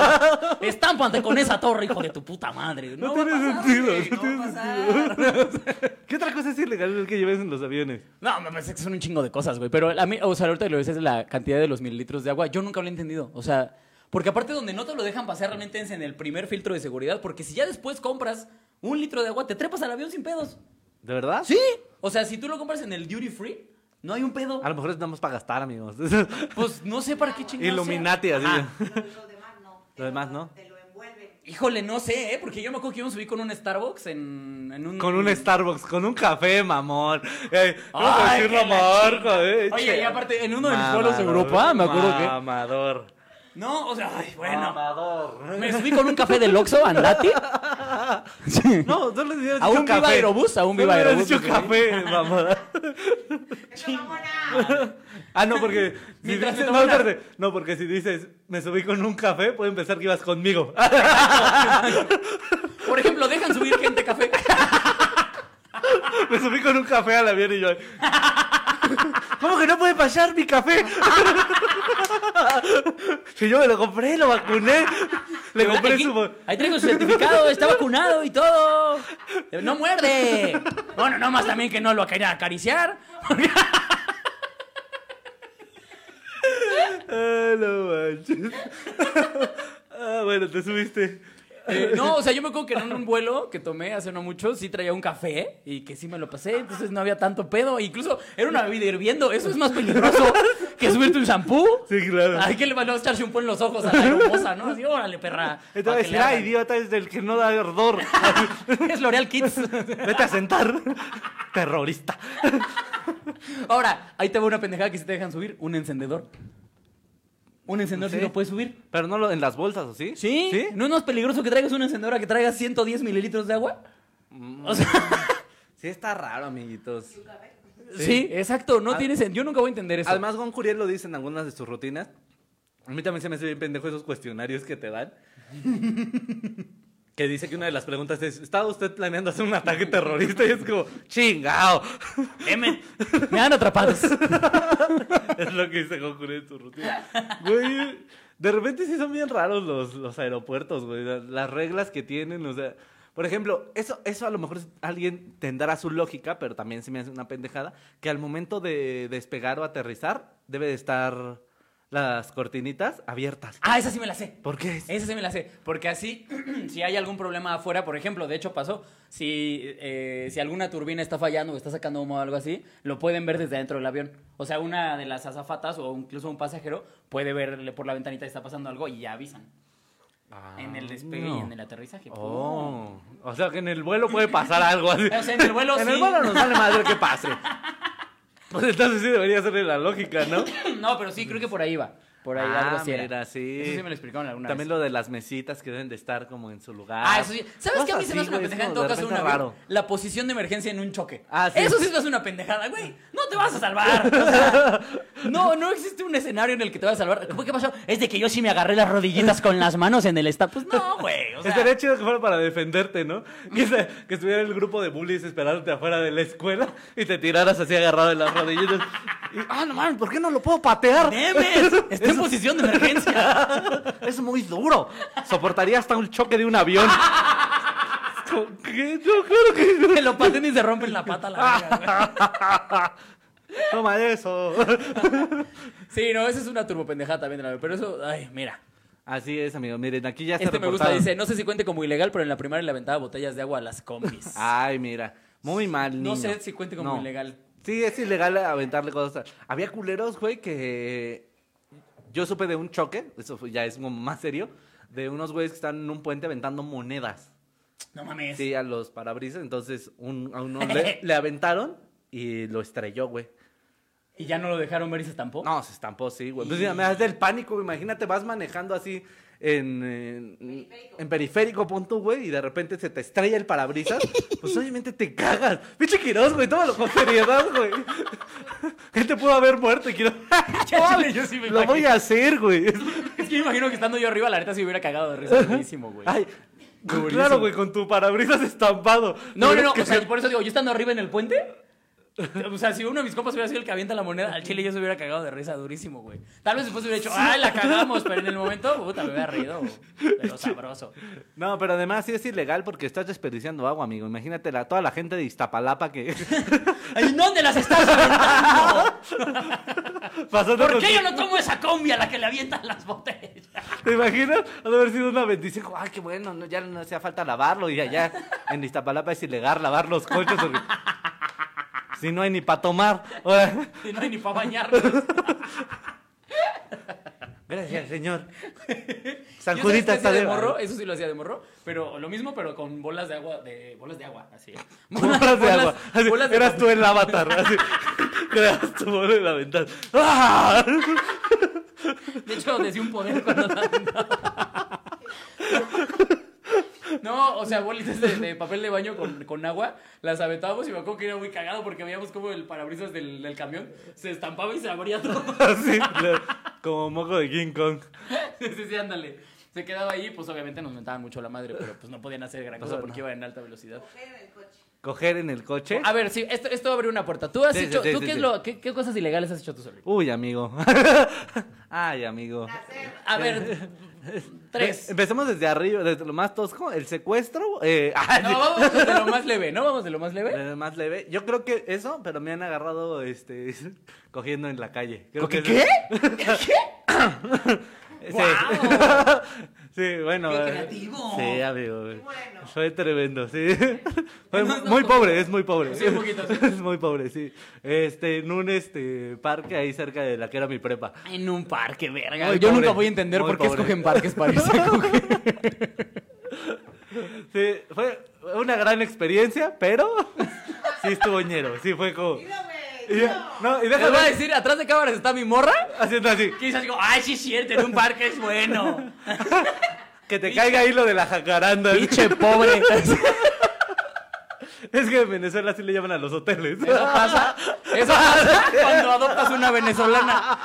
[SPEAKER 2] Estámpate con esa torre, hijo de tu puta madre.
[SPEAKER 1] No
[SPEAKER 2] No, va a
[SPEAKER 1] tiene
[SPEAKER 2] pasar,
[SPEAKER 1] sentido,
[SPEAKER 2] güey,
[SPEAKER 1] no
[SPEAKER 2] no
[SPEAKER 1] tiene
[SPEAKER 2] va a pasar.
[SPEAKER 1] ¿Qué otra cosa es ilegal que lleves en los aviones?
[SPEAKER 2] No, me parece que son un chingo de cosas, güey. Pero a mí, o sea, ahorita lo dices la cantidad de los mililitros de agua. Yo nunca lo he entendido. O sea, porque aparte donde no te lo dejan pasar realmente es en el primer filtro de seguridad. Porque si ya después compras un litro de agua, te trepas al avión sin pedos.
[SPEAKER 1] ¿De verdad?
[SPEAKER 2] Sí. O sea, si tú lo compras en el duty free, no hay un pedo.
[SPEAKER 1] A lo mejor es nada más para gastar, amigos.
[SPEAKER 2] Pues no sé para qué chingados. sea.
[SPEAKER 1] Illuminati, así.
[SPEAKER 2] Ajá.
[SPEAKER 3] Lo- Los demás no. Te
[SPEAKER 1] Lo demás no.
[SPEAKER 3] Te lo envuelven.
[SPEAKER 2] Híjole, no sé, ¿eh? Porque yo me acuerdo que yo me subí con un Starbucks en, en un...
[SPEAKER 1] Con un Starbucks, con un café, mamón. Eh, no voy a
[SPEAKER 2] Ay,
[SPEAKER 1] decirlo,
[SPEAKER 2] que la
[SPEAKER 1] amor,
[SPEAKER 2] chingada.
[SPEAKER 1] joder,
[SPEAKER 2] Oye,
[SPEAKER 1] eh, che.
[SPEAKER 2] y aparte, en uno de mis vuelos a Europa, me acuerdo que-
[SPEAKER 1] Mamador.
[SPEAKER 2] No, o sea, ay, bueno.
[SPEAKER 1] Mamador.
[SPEAKER 2] Me subí con un café del Oxxo, Andati.
[SPEAKER 1] No, no les hubieras
[SPEAKER 2] A
[SPEAKER 1] dicho
[SPEAKER 2] un Viva
[SPEAKER 1] café.
[SPEAKER 2] Aerobús, a un Viva
[SPEAKER 1] no les hubieras
[SPEAKER 2] Aerobús,
[SPEAKER 1] dicho café, mamada.
[SPEAKER 3] ¡Eso, mamona!
[SPEAKER 1] Ah, no, porque... si
[SPEAKER 2] Mientras
[SPEAKER 1] dices-
[SPEAKER 2] me
[SPEAKER 1] no,
[SPEAKER 2] tomo una-
[SPEAKER 1] espérate. no, porque si dices, me subí con un café, pueden pensar que ibas conmigo.
[SPEAKER 2] Por ejemplo, dejan subir gente café.
[SPEAKER 1] Me subí con un café al avión y yo. ¿Cómo que no puede pasar mi café? Si yo me lo compré, lo vacuné. Le compré
[SPEAKER 2] Aquí-
[SPEAKER 1] su. bo-
[SPEAKER 2] Ahí traigo su certificado, está vacunado y todo. ¡No muerde! Bueno, nomás también que no lo quería acariciar.
[SPEAKER 1] Ah, no manches. Ah, bueno, te subiste.
[SPEAKER 2] Eh, no, o sea, yo me acuerdo que en un vuelo que tomé hace no mucho, sí traía un café y que sí me lo pasé, entonces no había tanto pedo. Incluso era una bebida hirviendo, eso es más peligroso. que subirte un shampoo.
[SPEAKER 1] Sí, claro.
[SPEAKER 2] Ay, que le van a echar shampoo en los ojos a la hermosa, ¿no? Así, órale, perra.
[SPEAKER 1] Entonces
[SPEAKER 2] pa'
[SPEAKER 1] va a
[SPEAKER 2] que
[SPEAKER 1] decir,
[SPEAKER 2] le hagan.
[SPEAKER 1] ay, idiota, es del que no da ardor.
[SPEAKER 2] Es L'Oreal Kids.
[SPEAKER 1] Vete a sentar. Terrorista.
[SPEAKER 2] Ahora, ahí te va una pendejada que si te dejan subir, un encendedor. Un encendedor si
[SPEAKER 1] Sí.
[SPEAKER 2] lo puedes subir.
[SPEAKER 1] Pero no lo, en las bolsas, ¿o sí?
[SPEAKER 2] ¿Sí?
[SPEAKER 1] ¿Sí?
[SPEAKER 2] ¿No es más peligroso que traigas un encendedor a que traigas 110 mililitros de agua?
[SPEAKER 1] Mm.
[SPEAKER 2] O sea,
[SPEAKER 1] Sí, está raro, amiguitos.
[SPEAKER 2] sí. exacto, no
[SPEAKER 1] Ad-
[SPEAKER 2] tiene sen- Yo nunca voy a entender eso.
[SPEAKER 1] Además, Gon Curiel lo dice en algunas de sus rutinas. A mí también se me hace bien pendejo esos cuestionarios que te dan. que dice que una de las preguntas es, ¿estaba usted planeando hacer un ataque terrorista? Y es como, chingao.
[SPEAKER 2] M, me han atrapado.
[SPEAKER 1] es lo que dice Gon Curiel en su rutina. Güey, de repente sí son bien raros los, los aeropuertos, güey. la- Las reglas que tienen, o sea... Por ejemplo, eso, eso a lo mejor alguien tendrá su lógica, pero también se me hace una pendejada, que al momento de despegar o aterrizar debe de estar las cortinitas abiertas.
[SPEAKER 2] Ah, esa sí me la sé.
[SPEAKER 1] ¿Por qué?
[SPEAKER 2] Esa sí me la sé. Porque así, si hay algún problema afuera, por ejemplo, de hecho pasó, si, eh, si alguna turbina está fallando o está sacando humo o algo así, lo pueden ver desde adentro del avión. O sea, una de las azafatas o incluso un pasajero puede verle por la ventanita si está pasando algo y ya avisan. Ah, en el despegue y en el aterrizaje.
[SPEAKER 1] Ah, Oh, o sea que en el vuelo puede pasar algo así.
[SPEAKER 2] O sea, en el vuelo
[SPEAKER 1] En
[SPEAKER 2] sí.
[SPEAKER 1] el vuelo nos vale madre que pase. Pues entonces sí debería ser la lógica, ¿no?
[SPEAKER 2] No, pero sí, creo que por ahí va. Por ahí,
[SPEAKER 1] Ah,
[SPEAKER 2] algo así. era.
[SPEAKER 1] mira, sí.
[SPEAKER 2] Eso sí me lo explicaron alguna
[SPEAKER 1] También
[SPEAKER 2] vez.
[SPEAKER 1] lo de las mesitas que deben de estar como en su lugar.
[SPEAKER 2] Ah, eso sí. ¿Sabes qué? A mí
[SPEAKER 1] Cosas
[SPEAKER 2] se me hace
[SPEAKER 1] así,
[SPEAKER 2] una
[SPEAKER 1] güey, es
[SPEAKER 2] pendejada
[SPEAKER 1] como
[SPEAKER 2] en todo
[SPEAKER 1] de
[SPEAKER 2] caso de un
[SPEAKER 1] repente
[SPEAKER 2] avión.
[SPEAKER 1] raro.
[SPEAKER 2] La posición de emergencia en un choque.
[SPEAKER 1] Ah, sí.
[SPEAKER 2] Eso sí se me hace una pendejada, güey. No te vas a salvar. o sea, no, no existe un escenario en el que te vas a salvar. ¿Qué pasó? Es de que yo sí me agarré las rodillitas con las manos en el stand. Pues no, güey. O sea,
[SPEAKER 1] Estaría chido que fuera para defenderte, ¿no? Que, se- que estuviera el grupo de bullies esperándote afuera de la escuela y te tiraras así agarrado de las rodillas. Y, ah, no mames, ¿por qué no lo puedo patear?
[SPEAKER 2] ¡Nemes! Está en posición de emergencia.
[SPEAKER 1] Es muy duro. Soportaría hasta un choque de un avión. Es como, ¿Qué? No, claro que no.
[SPEAKER 2] Te lo paten y se rompen la pata a la verga, güey.
[SPEAKER 1] Toma eso.
[SPEAKER 2] Sí, no, esa es una turbopendejada también, la verdad, pero eso, ay, mira.
[SPEAKER 1] Así es, amigo. Miren, aquí ya está
[SPEAKER 2] Este me gusta,
[SPEAKER 1] reportado.
[SPEAKER 2] dice, no sé si cuente como ilegal, pero en la primaria le aventaba botellas de agua a las combis.
[SPEAKER 1] Ay, mira. Muy mal, Ah, niño.
[SPEAKER 2] no sé si cuente como
[SPEAKER 1] No.
[SPEAKER 2] ilegal.
[SPEAKER 1] Sí, es ilegal aventarle cosas. a- Había culeros, güey, que yo supe de un choque, eso fue- ya es como más serio, de unos güeyes que están en un puente aventando monedas.
[SPEAKER 2] No mames.
[SPEAKER 1] Sí, a los parabrisas. Entonces, un, a uno le, le aventaron y lo estrelló, güey.
[SPEAKER 2] ¿Y ya no lo dejaron ver y se estampó?
[SPEAKER 1] No, se estampó, sí, güey. Pues mira, me das del pánico, güey. imagínate, vas manejando así en, en,
[SPEAKER 3] Periférico.
[SPEAKER 1] en periférico, pon tú, güey, y de repente se te estrella el parabrisas, pues obviamente te cagas. Pinche Quiroz, güey, tómalo con seriedad, güey. Gente pudo haber muerto y Quiroz.
[SPEAKER 2] Chale, yo sí me
[SPEAKER 1] Lo voy
[SPEAKER 2] imagino.
[SPEAKER 1] a hacer, güey.
[SPEAKER 2] Es que me imagino que estando yo arriba, la neta se hubiera cagado de risa. durísimo, güey.
[SPEAKER 1] Ay,
[SPEAKER 2] Durísimo.
[SPEAKER 1] claro, güey, con tu parabrisas estampado.
[SPEAKER 2] No, no,
[SPEAKER 1] Pero
[SPEAKER 2] no.
[SPEAKER 1] es que
[SPEAKER 2] O sea, por eso digo, yo estando arriba en el puente. O sea, si uno de mis compas hubiera sido el que avienta la moneda, al chile yo se hubiera cagado de risa durísimo, güey. Tal vez después hubiera dicho, ¡ay, la cagamos! Pero en el momento, puta, me hubiera reído, güey. pero sabroso.
[SPEAKER 1] No, pero además sí es ilegal porque estás desperdiciando agua, amigo. Imagínate la, toda la gente de Iztapalapa que
[SPEAKER 2] ¿Y dónde las estás aventando?
[SPEAKER 1] pasando
[SPEAKER 2] ¿Por
[SPEAKER 1] con
[SPEAKER 2] qué
[SPEAKER 1] su-
[SPEAKER 2] yo no tomo esa combi a la que le avientan las botellas?
[SPEAKER 1] ¿Te imaginas? Ha de haber sido una bendición. Ah, qué bueno, no, ya no hacía falta lavarlo. Y allá en Iztapalapa es ilegal lavar los coches. porque- Si no hay ni para tomar. Ahora-
[SPEAKER 2] Y no hay ni para bañarnos.
[SPEAKER 1] Gracias, señor.
[SPEAKER 2] Yo, ¿sabes
[SPEAKER 1] Sancudita
[SPEAKER 2] qué
[SPEAKER 1] está
[SPEAKER 2] hacía
[SPEAKER 1] de
[SPEAKER 2] de morro, eso sí lo hacía de morro, pero lo mismo, pero con bolas de agua, de bolas de agua, así.
[SPEAKER 1] Bolas de agua. Así,
[SPEAKER 2] bolas de-
[SPEAKER 1] eras tú el avatar. Así. Creas tu bola en la ventana. ¡Ah!
[SPEAKER 2] De hecho, decía un poder cuando la aventaba. No, o sea, bolitas de, de papel de baño con, con agua, las aventábamos y me acuerdo que era muy cagado porque veíamos como el parabrisas del, del camión se estampaba y se abría todo.
[SPEAKER 1] Así, lo- como moco de King Kong.
[SPEAKER 2] Sí, sí, sí, ándale. Se quedaba ahí, pues obviamente nos mentaban mucho la madre, pero pues no podían hacer gran cosa porque iban en alta velocidad.
[SPEAKER 3] Coger en el coche.
[SPEAKER 1] Coger en el coche.
[SPEAKER 2] A ver, sí, esto, esto abre una puerta. ¿Tú has
[SPEAKER 1] Sí, sí,
[SPEAKER 2] hecho,
[SPEAKER 1] sí,
[SPEAKER 2] tú
[SPEAKER 1] sí,
[SPEAKER 2] qué, es
[SPEAKER 1] sí.
[SPEAKER 2] lo, qué, qué cosas ilegales has hecho tú solo?
[SPEAKER 1] Uy, amigo. Ay, amigo.
[SPEAKER 3] Hacer.
[SPEAKER 1] Eh,
[SPEAKER 2] A ver, tres.
[SPEAKER 1] Empecemos desde arriba, desde lo más tosco, el secuestro. eh, ah,
[SPEAKER 2] No,
[SPEAKER 1] sí.
[SPEAKER 2] vamos de lo más leve, ¿no? Vamos de lo más leve.
[SPEAKER 1] Eh, más leve. Yo creo que eso, pero me han agarrado este cogiendo en la calle. Creo
[SPEAKER 2] ¿Qué?
[SPEAKER 1] que
[SPEAKER 2] ¿Qué?
[SPEAKER 1] Sí.
[SPEAKER 2] ¡Guau!
[SPEAKER 1] Sí, Sí, bueno.
[SPEAKER 2] Qué
[SPEAKER 1] eh,
[SPEAKER 2] creativo.
[SPEAKER 1] Sí, amigo. eh.
[SPEAKER 3] bueno.
[SPEAKER 1] Soy tremendo, sí. Soy
[SPEAKER 2] No, no,
[SPEAKER 1] muy
[SPEAKER 2] no.
[SPEAKER 1] pobre, es muy pobre.
[SPEAKER 2] Sí, un poquito, sí.
[SPEAKER 1] Es muy pobre, sí. Este, en un este parque ahí cerca de la que era mi prepa.
[SPEAKER 2] En un parque, verga.
[SPEAKER 1] Muy
[SPEAKER 2] Yo
[SPEAKER 1] pobre,
[SPEAKER 2] nunca voy a entender
[SPEAKER 1] muy
[SPEAKER 2] por qué
[SPEAKER 1] pobre.
[SPEAKER 2] escogen parques para irse a coger.
[SPEAKER 1] Sí, fue una gran experiencia, pero sí estuvo ñero, sí fue como...
[SPEAKER 3] Dilo, güey,
[SPEAKER 1] Y ya-
[SPEAKER 3] dilo.
[SPEAKER 1] no, y
[SPEAKER 2] Les voy a
[SPEAKER 1] déjame
[SPEAKER 2] decir, atrás de cámaras está mi morra.
[SPEAKER 1] haciendo así.
[SPEAKER 2] Que dice así como, ay, sí es cierto, en un parque es bueno.
[SPEAKER 1] Que te caiga ahí lo de la jacaranda.
[SPEAKER 2] Pinche pobre.
[SPEAKER 1] Es que en Venezuela así le llaman a los hoteles.
[SPEAKER 2] Eso pasa. Eso pasa cuando adoptas una venezolana.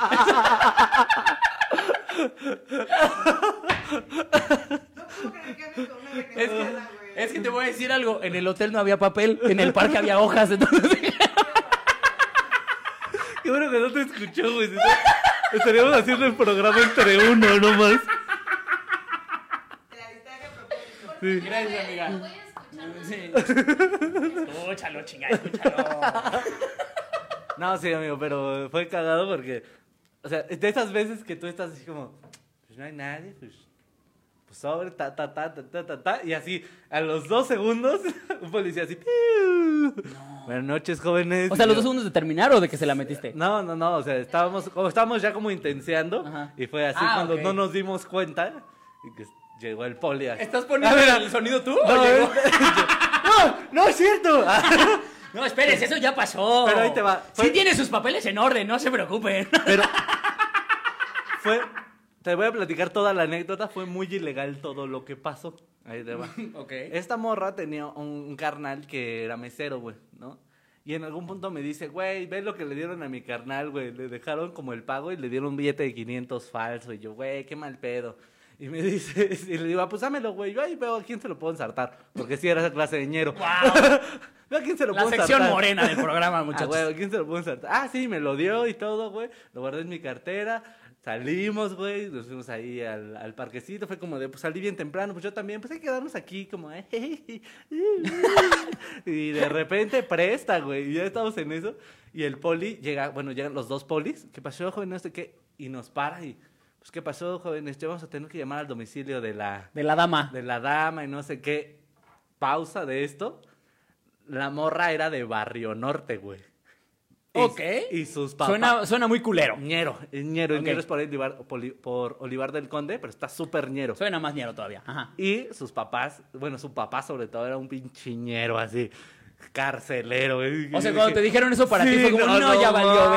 [SPEAKER 3] No puedo creer que andes con una
[SPEAKER 2] Es que,
[SPEAKER 3] venezolana, güey.
[SPEAKER 2] es que te voy a decir algo. En el hotel no había papel, en el parque había hojas. Entonces,
[SPEAKER 1] Qué bueno que no te escuchó, güey. si no, Estaríamos haciendo el programa entre uno nomás.
[SPEAKER 3] Te la distraje a propósito.
[SPEAKER 1] Sí.
[SPEAKER 2] Gracias, amiga.
[SPEAKER 5] Lo voy a escuchar.
[SPEAKER 2] sí. Escúchalo, chingada, escúchalo.
[SPEAKER 1] No, sí, amigo, pero fue cagado porque... O sea, de esas veces que tú estás así como... Pues no hay nadie, pues... Pues sobre, ta, ta, ta, ta, ta, ta, ta. Y así, a los dos segundos, un policía así... "Piu". Buenas noches, jóvenes.
[SPEAKER 2] O sea,
[SPEAKER 1] Y yo-
[SPEAKER 2] los dos segundos de terminar o de que se la metiste.
[SPEAKER 1] No, no, no, o sea, estábamos, como estábamos ya como intenseando
[SPEAKER 2] Ajá.
[SPEAKER 1] y fue así
[SPEAKER 2] Ah,
[SPEAKER 1] cuando
[SPEAKER 2] ok.
[SPEAKER 1] no nos dimos cuenta y que llegó el poli. así.
[SPEAKER 2] ¿Estás poniendo
[SPEAKER 1] A ver,
[SPEAKER 2] el sonido tú?
[SPEAKER 1] Ah, No, eh.
[SPEAKER 2] o llegó?
[SPEAKER 1] es- no, no es cierto. Ah,
[SPEAKER 2] No, esperes, eso ya pasó.
[SPEAKER 1] Pero ahí te va. Fue-
[SPEAKER 2] Sí tiene sus papeles en orden, no se preocupen.
[SPEAKER 1] Pero fue, te voy a platicar toda la anécdota, fue muy ilegal todo lo que pasó. Ahí te va.
[SPEAKER 2] Ok.
[SPEAKER 1] Esta morra tenía un, un carnal que era mesero, güey, ¿no? Y en algún punto me dice, güey, ve lo que le dieron a mi carnal, güey. Le dejaron como el pago y le dieron un billete de 500 falso. Y yo, güey, qué mal pedo. Y me dice, y le digo, "Ah, pues dámelo, güey. Yo ahí veo a quién se lo puedo ensartar. Porque sí era esa clase de ñero.
[SPEAKER 2] Guau.
[SPEAKER 1] Veo a quién se lo
[SPEAKER 2] La
[SPEAKER 1] puedo
[SPEAKER 2] sección
[SPEAKER 1] ensartar.
[SPEAKER 2] morena del programa,
[SPEAKER 1] Ah,
[SPEAKER 2] muchachos.
[SPEAKER 1] güey, ¿quién se lo pudo ensartar? Ah, sí, me lo dio y todo, güey. Lo guardé en mi cartera. Salimos, güey. Nos fuimos ahí al, al parquecito. Fue como de, pues salí bien temprano. Pues yo también, pues hay que quedarnos aquí, como, eh, Y de repente presta, güey. Y ya estamos en eso. Y el poli llega, bueno, llegan los dos polis. ¿Qué pasó, joven? No sé qué. Y nos para y, pues, ¿qué pasó, jóvenes? Ya vamos a tener que llamar al domicilio de la
[SPEAKER 2] De la dama.
[SPEAKER 1] de la dama y no sé qué. Pausa de esto. La morra era de Barrio Norte, güey. Y-
[SPEAKER 2] Ok.
[SPEAKER 1] Y sus papás.
[SPEAKER 2] Suena, suena muy culero.
[SPEAKER 1] ñero. es ñero.
[SPEAKER 2] Ok.
[SPEAKER 1] ñero es por Olivar, poli- por Olivar del Conde, pero está súper ñero.
[SPEAKER 2] Suena más ñero todavía. Ajá.
[SPEAKER 1] Y sus papás, bueno, su papá sobre todo era un pinchiñero así. Carcelero. güey.
[SPEAKER 2] O sea, cuando te dijeron eso para ti
[SPEAKER 1] Sí,
[SPEAKER 2] fue como, no, ya valió
[SPEAKER 1] no,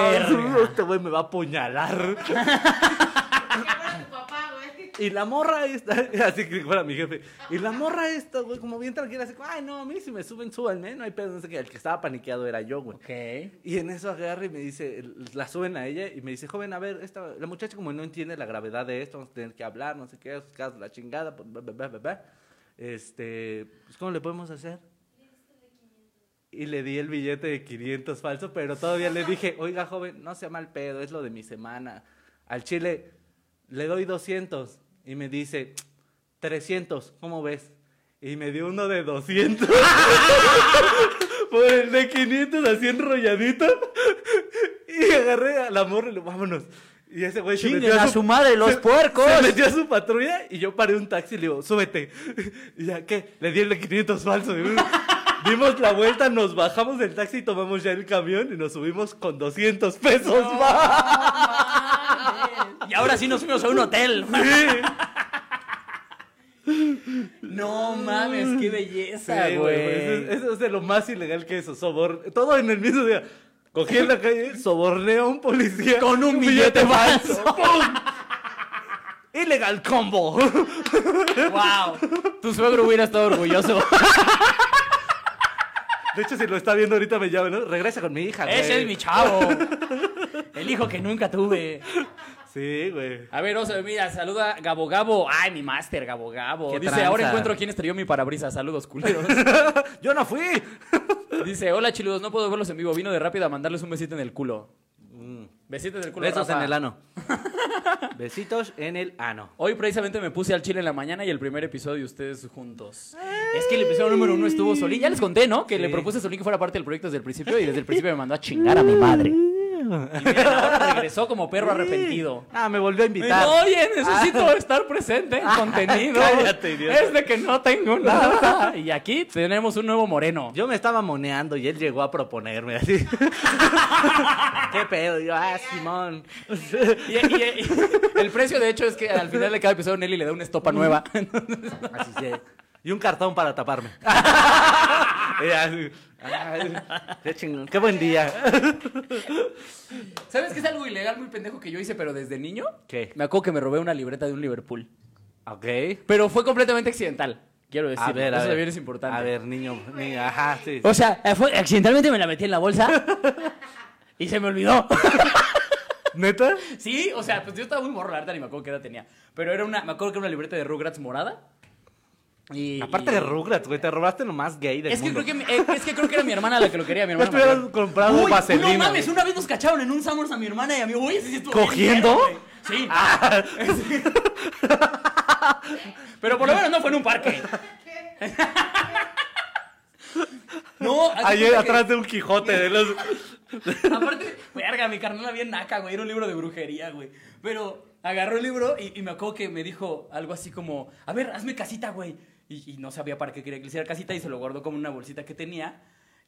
[SPEAKER 2] ver.
[SPEAKER 1] Este güey me va a apuñalar.
[SPEAKER 3] Que fuera tu papá, güey.
[SPEAKER 1] Y la morra esta, así que fuera mi jefe. Y la morra esta, güey, como bien tranquila, así como, ay, no, a mí si me suben, súbanme, no hay pedo, no sé qué. El que estaba paniqueado era yo, güey.
[SPEAKER 2] Ok.
[SPEAKER 1] Y en eso agarra y me dice, la suben a ella y me dice, joven, a ver, esta, la muchacha como no entiende la gravedad de esto, vamos a tener que hablar, no sé qué, sus casos, la chingada, pues, bla, bla, bla, bla, bla. Este, pues, ¿cómo le podemos hacer? Y le di el billete de 500 falso, pero todavía le dije, oiga, joven, no sea mal pedo, es lo de mi semana. Al chile le doy 200 y me dice, 300, ¿cómo ves? Y me dio uno de 200. Por el de 500 así enrolladito. Y agarré a la morra y le vámonos. Y ese güey se
[SPEAKER 2] Chinguen
[SPEAKER 1] metió
[SPEAKER 2] a su madre, los
[SPEAKER 1] se-
[SPEAKER 2] puercos.
[SPEAKER 1] Se metió a su patrulla y yo paré un taxi y le digo, súbete. Y ya, ¿qué? Le di el de 500 falso. uh, Dimos la vuelta, nos bajamos del taxi y tomamos ya el camión y nos subimos con 200 pesos más.
[SPEAKER 2] Y ahora sí nos fuimos a un hotel.
[SPEAKER 1] Sí.
[SPEAKER 2] No mames, qué
[SPEAKER 1] Sí,
[SPEAKER 2] belleza,
[SPEAKER 1] güey. Eso, es-
[SPEAKER 2] güey.
[SPEAKER 1] eso es de lo más ilegal que eso. Sobor... Todo en el mismo día. Cogí en la calle, soborné a un policía.
[SPEAKER 2] Con un billete falso.
[SPEAKER 1] ¡Pum! Ilegal combo.
[SPEAKER 2] Wow. Tu suegro hubiera estado orgulloso.
[SPEAKER 1] De hecho, si lo está viendo ahorita me llama, ¿no? Regresa con mi hija, güey.
[SPEAKER 2] Ese es mi chavo. El hijo que nunca tuve.
[SPEAKER 1] Sí, güey.
[SPEAKER 2] A ver, Oso, mira, saluda Gabo Gabo. Ay, mi máster, Gabo Gabo.
[SPEAKER 1] Qué
[SPEAKER 2] Dice,
[SPEAKER 1] tranza.
[SPEAKER 2] ahora encuentro quién estrelló mi parabrisas. Saludos, culeros.
[SPEAKER 1] Yo no fui.
[SPEAKER 2] Dice, hola, chiludos, no puedo verlos en vivo. Vino de rápido a mandarles un besito en el culo. Besito en el culo,
[SPEAKER 1] Mm. Besos
[SPEAKER 2] Rafa.
[SPEAKER 1] en el ano. Besitos en el ano.
[SPEAKER 2] Hoy precisamente me puse al chile en la mañana y el primer episodio de ustedes juntos. Es que el episodio número uno estuvo Solín. Ya les conté, ¿no? Que le
[SPEAKER 1] Sí.
[SPEAKER 2] propuse a Solín que fuera parte del proyecto desde el principio y desde el principio me mandó a chingar a mi madre.
[SPEAKER 1] amigo.
[SPEAKER 2] Y mira, no, regresó como perro arrepentido. Ah.
[SPEAKER 1] Ah, me volvió a
[SPEAKER 2] Y
[SPEAKER 1] invitar.
[SPEAKER 2] No, oye, necesito estar presente en contenido.
[SPEAKER 1] cállate, idiota.
[SPEAKER 2] Es de que no tengo Ah, nada. Y aquí tenemos un nuevo moreno.
[SPEAKER 1] Yo me estaba moneando y él llegó a proponerme así. ¿Qué pedo? Y Yo, ah, Simón.
[SPEAKER 2] Y, y- y- el precio, de hecho, es que al final de cada episodio Nelly le da una estopa nueva.
[SPEAKER 1] Así que, Y un cartón para taparme. Y así, ay, qué chingón, qué buen día.
[SPEAKER 2] ¿Sabes qué es algo ilegal muy pendejo que yo hice, pero desde niño?
[SPEAKER 1] ¿Qué?
[SPEAKER 2] Me acuerdo que me robé una libreta de un Liverpool.
[SPEAKER 1] Ok.
[SPEAKER 2] Pero fue completamente accidental. Quiero decir,
[SPEAKER 1] A ver, a
[SPEAKER 2] Pues eso
[SPEAKER 1] ver.
[SPEAKER 2] también es importante.
[SPEAKER 1] A ver, niño. niño, ajá, sí.
[SPEAKER 2] O sea, eh, fue, accidentalmente me la metí en la bolsa y se me olvidó.
[SPEAKER 1] ¿Neta?
[SPEAKER 2] Sí, o sea, pues yo estaba muy morro, la verdad, ni me acuerdo qué edad tenía. Pero era una, me acuerdo que era una libreta de Rugrats morada. Y,
[SPEAKER 1] Aparte
[SPEAKER 2] y-
[SPEAKER 1] de Rugrats, güey, te robaste lo más gay del
[SPEAKER 2] Es que,
[SPEAKER 1] mundo.
[SPEAKER 2] creo que, mi- eh, es que creo que era mi hermana la que lo quería, mi
[SPEAKER 1] No
[SPEAKER 2] hermana.
[SPEAKER 1] estuvieras
[SPEAKER 2] mayor.
[SPEAKER 1] comprado
[SPEAKER 2] Uy,
[SPEAKER 1] vaselina.
[SPEAKER 2] No mames,
[SPEAKER 1] güey.
[SPEAKER 2] una vez nos cacharon en un Summers a mi hermana y a mí. Uy, ese sí estuvo bien
[SPEAKER 1] ¿Cogiendo? Ah.
[SPEAKER 2] culero, güey. Sí. Pero por lo menos no fue en un parque. No, haz de
[SPEAKER 1] Ayer
[SPEAKER 2] cuenta que-
[SPEAKER 1] atrás de un Quijote de los...
[SPEAKER 2] Aparte, verga, mi carnal bien naca, güey. Era un libro de brujería, güey. Pero agarró el libro y, y me acuerdo que me dijo algo así como: A ver, hazme casita, güey. Y, y no sabía para qué quería que le hiciera casita y se lo guardó como en una bolsita que tenía.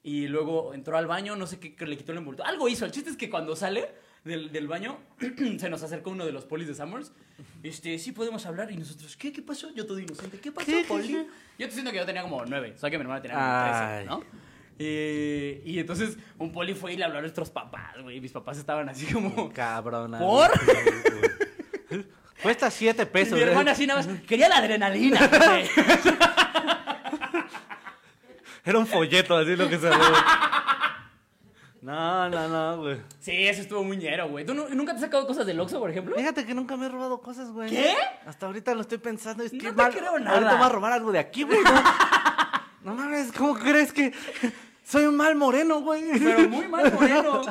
[SPEAKER 2] Y luego entró al baño, no sé qué, que le quitó el envoltorio. Algo hizo. El chiste es que cuando sale del, del baño, se nos acercó uno de los polis de Summers. Este, sí podemos hablar. Y nosotros, ¿qué? ¿Qué pasó? Yo todo inocente. ¿Qué pasó,
[SPEAKER 1] ¿Qué?
[SPEAKER 2] poli? Yo te siento que yo tenía como nueve. O sea que mi hermana tenía
[SPEAKER 1] Ay.
[SPEAKER 2] como trece, ¿no? Eh, y entonces un poli fue y le habló a nuestros papás, güey. Mis papás estaban así como.
[SPEAKER 1] Cabrona.
[SPEAKER 2] ¿Por?
[SPEAKER 1] Cuesta siete
[SPEAKER 2] Y
[SPEAKER 1] pesos.
[SPEAKER 2] mi hermana
[SPEAKER 1] güey.
[SPEAKER 2] así nada más. Quería la adrenalina. güey".
[SPEAKER 1] Era un folleto, así lo que se robó. No, no, no, güey.
[SPEAKER 2] sí, eso estuvo muy ñero, güey. ¿Tú nu- nunca te has sacado cosas del Oxxo, por ejemplo?
[SPEAKER 1] Fíjate que nunca me he robado cosas, güey.
[SPEAKER 2] ¿Qué?
[SPEAKER 1] Hasta ahorita lo estoy pensando. Es
[SPEAKER 2] No
[SPEAKER 1] que
[SPEAKER 2] te
[SPEAKER 1] mal-
[SPEAKER 2] creo nada.
[SPEAKER 1] Ahorita me va a robar algo de aquí, güey. No, No mames, ¿cómo crees que soy un mal moreno, güey?
[SPEAKER 2] Pero muy mal, moreno.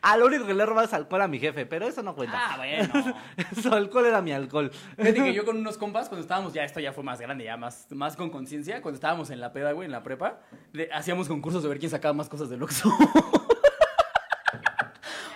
[SPEAKER 1] Ah, lo único que le he robado es alcohol a mi jefe, pero eso no cuenta.
[SPEAKER 2] Ah, bueno.
[SPEAKER 1] Su alcohol era mi alcohol.
[SPEAKER 2] Fíjate que yo con unos compas, cuando estábamos, ya esto ya fue más grande, ya más, más con conciencia, cuando estábamos en la peda, güey, en la prepa, le- hacíamos concursos de ver quién sacaba más cosas del Oxxo.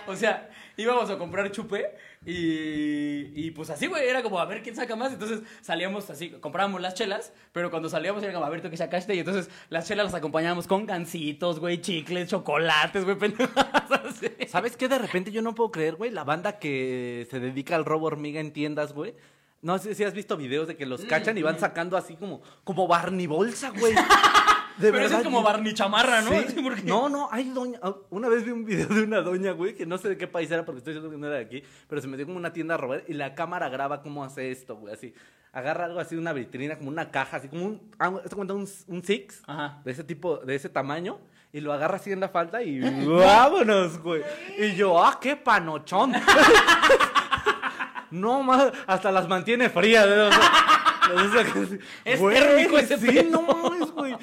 [SPEAKER 2] o sea, íbamos a comprar chupe y, y pues así, güey, era como a ver quién saca más. Entonces salíamos así, comprábamos las chelas, pero cuando salíamos era como a ver tú qué sacaste y entonces las chelas las acompañábamos con gancitos, güey, chicles, chocolates, güey, pendejadas así.
[SPEAKER 1] ¿Sabes qué? De repente yo no puedo creer, güey, la banda que se dedica al robo hormiga en tiendas, güey. No sé si has visto videos de que los cachan y van sacando así como, como Barney bolsa, güey. De
[SPEAKER 2] pero eso es como
[SPEAKER 1] yo-
[SPEAKER 2] Barney Chamarra, ¿no?
[SPEAKER 1] Sí.
[SPEAKER 2] Así, porque-
[SPEAKER 1] No, no, hay doña. ah, Una vez vi un video de una doña, güey, que no sé de qué país era porque estoy diciendo que no era de aquí, pero se metió como una tienda a robar y la cámara graba cómo hace esto, güey, así. Agarra algo así de una vitrina, como una caja, así como un. ah, ¿te das cuenta? Un, un Six.
[SPEAKER 2] Ajá.
[SPEAKER 1] De ese tipo, de ese tamaño. Y lo agarra así en la falda y vámonos, güey. Y yo, ah, qué panochón. no más, hasta las mantiene frías. ¿eh? O sea, las usa así.
[SPEAKER 2] Es
[SPEAKER 1] Güey,
[SPEAKER 2] térmico ese
[SPEAKER 1] sí,
[SPEAKER 2] pedo.
[SPEAKER 1] no mames, güey.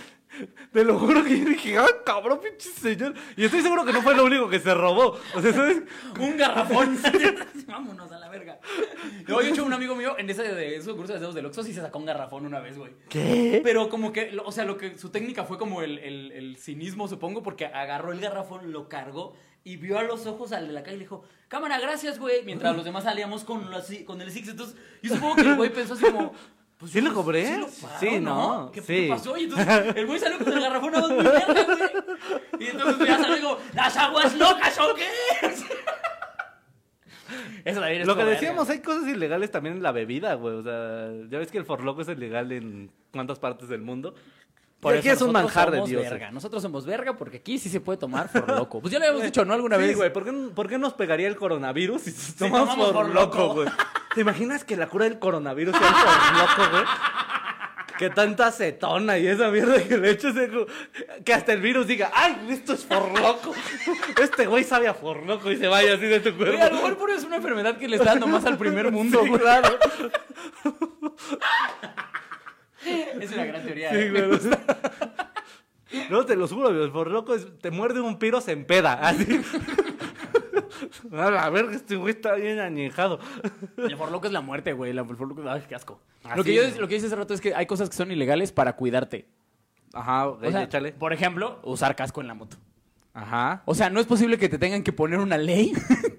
[SPEAKER 1] Te lo juro que yo dije, ah, cabrón, pinche señor. Y estoy seguro que no fue lo único que se robó. O sea, ¿sabes?
[SPEAKER 2] Un garrafón. Vámonos a la verga. No, yo, hecho, un amigo mío en ese de esos cursos de dedos del Oxxo sí se sacó un garrafón una vez, güey.
[SPEAKER 1] ¿Qué?
[SPEAKER 2] Pero como que, lo- o sea, lo que su técnica fue como el, el- el cinismo, supongo, porque agarró el garrafón, lo cargó y vio a los ojos al de la calle y le dijo, cámara, gracias, güey. Mientras los demás salíamos con, los- con el Six. Entonces, yo supongo que el güey pensó así como. Pues,
[SPEAKER 1] ¿Sí
[SPEAKER 2] yo,
[SPEAKER 1] lo cobré?
[SPEAKER 2] lo paro,
[SPEAKER 1] Sí, ¿no?
[SPEAKER 2] ¿Qué,
[SPEAKER 1] Sí.
[SPEAKER 2] qué pasó? Y entonces el güey salió con el garrafón a dos muy verga, güey. Y entonces ya salió como, ¿las aguas locas o qué? Eso también
[SPEAKER 1] Lo que decíamos, hay cosas ilegales también en la bebida, güey. O sea, ya ves que el forloco es ilegal en cuántas partes del mundo. Por aquí es un manjar de Dios.
[SPEAKER 2] Verga. Nosotros somos verga porque aquí sí se puede tomar por loco. Pues ya lo habíamos dicho, ¿no? Alguna
[SPEAKER 1] Sí,
[SPEAKER 2] vez.
[SPEAKER 1] güey, ¿por qué, por qué nos pegaría el coronavirus si
[SPEAKER 2] tomamos
[SPEAKER 1] tomamos por
[SPEAKER 2] Forloco.
[SPEAKER 1] loco, güey? ¿Te imaginas que la cura del coronavirus sea el por loco, güey? Que tanta acetona y esa mierda que le eches eh, como- que hasta el virus diga, ay, esto es por loco. Este güey sabe a por loco y se vaya así de tu
[SPEAKER 2] Oye, a lo
[SPEAKER 1] cuerpo.
[SPEAKER 2] mejor por eso es una enfermedad que le está dando más al primer mundo,
[SPEAKER 1] Sí,
[SPEAKER 2] güey.
[SPEAKER 1] claro.
[SPEAKER 2] Es una gran teoría.
[SPEAKER 1] Sí,
[SPEAKER 2] ¿eh?
[SPEAKER 1] güey. No, te lo juro, el forloco es- te muerde un piro, se empeda. Así. A ver, este güey está bien añejado.
[SPEAKER 2] El forloco es la muerte, güey. La- El forloco, ay, qué asco.
[SPEAKER 1] Así
[SPEAKER 2] Lo que, yo,
[SPEAKER 1] es.
[SPEAKER 2] lo que hice hace rato es que hay cosas que son ilegales para cuidarte.
[SPEAKER 1] Ajá, ok,
[SPEAKER 2] O sea,
[SPEAKER 1] échale.
[SPEAKER 2] Por ejemplo, usar casco en la moto.
[SPEAKER 1] Ajá.
[SPEAKER 2] O sea, no es posible que te tengan que poner una ley,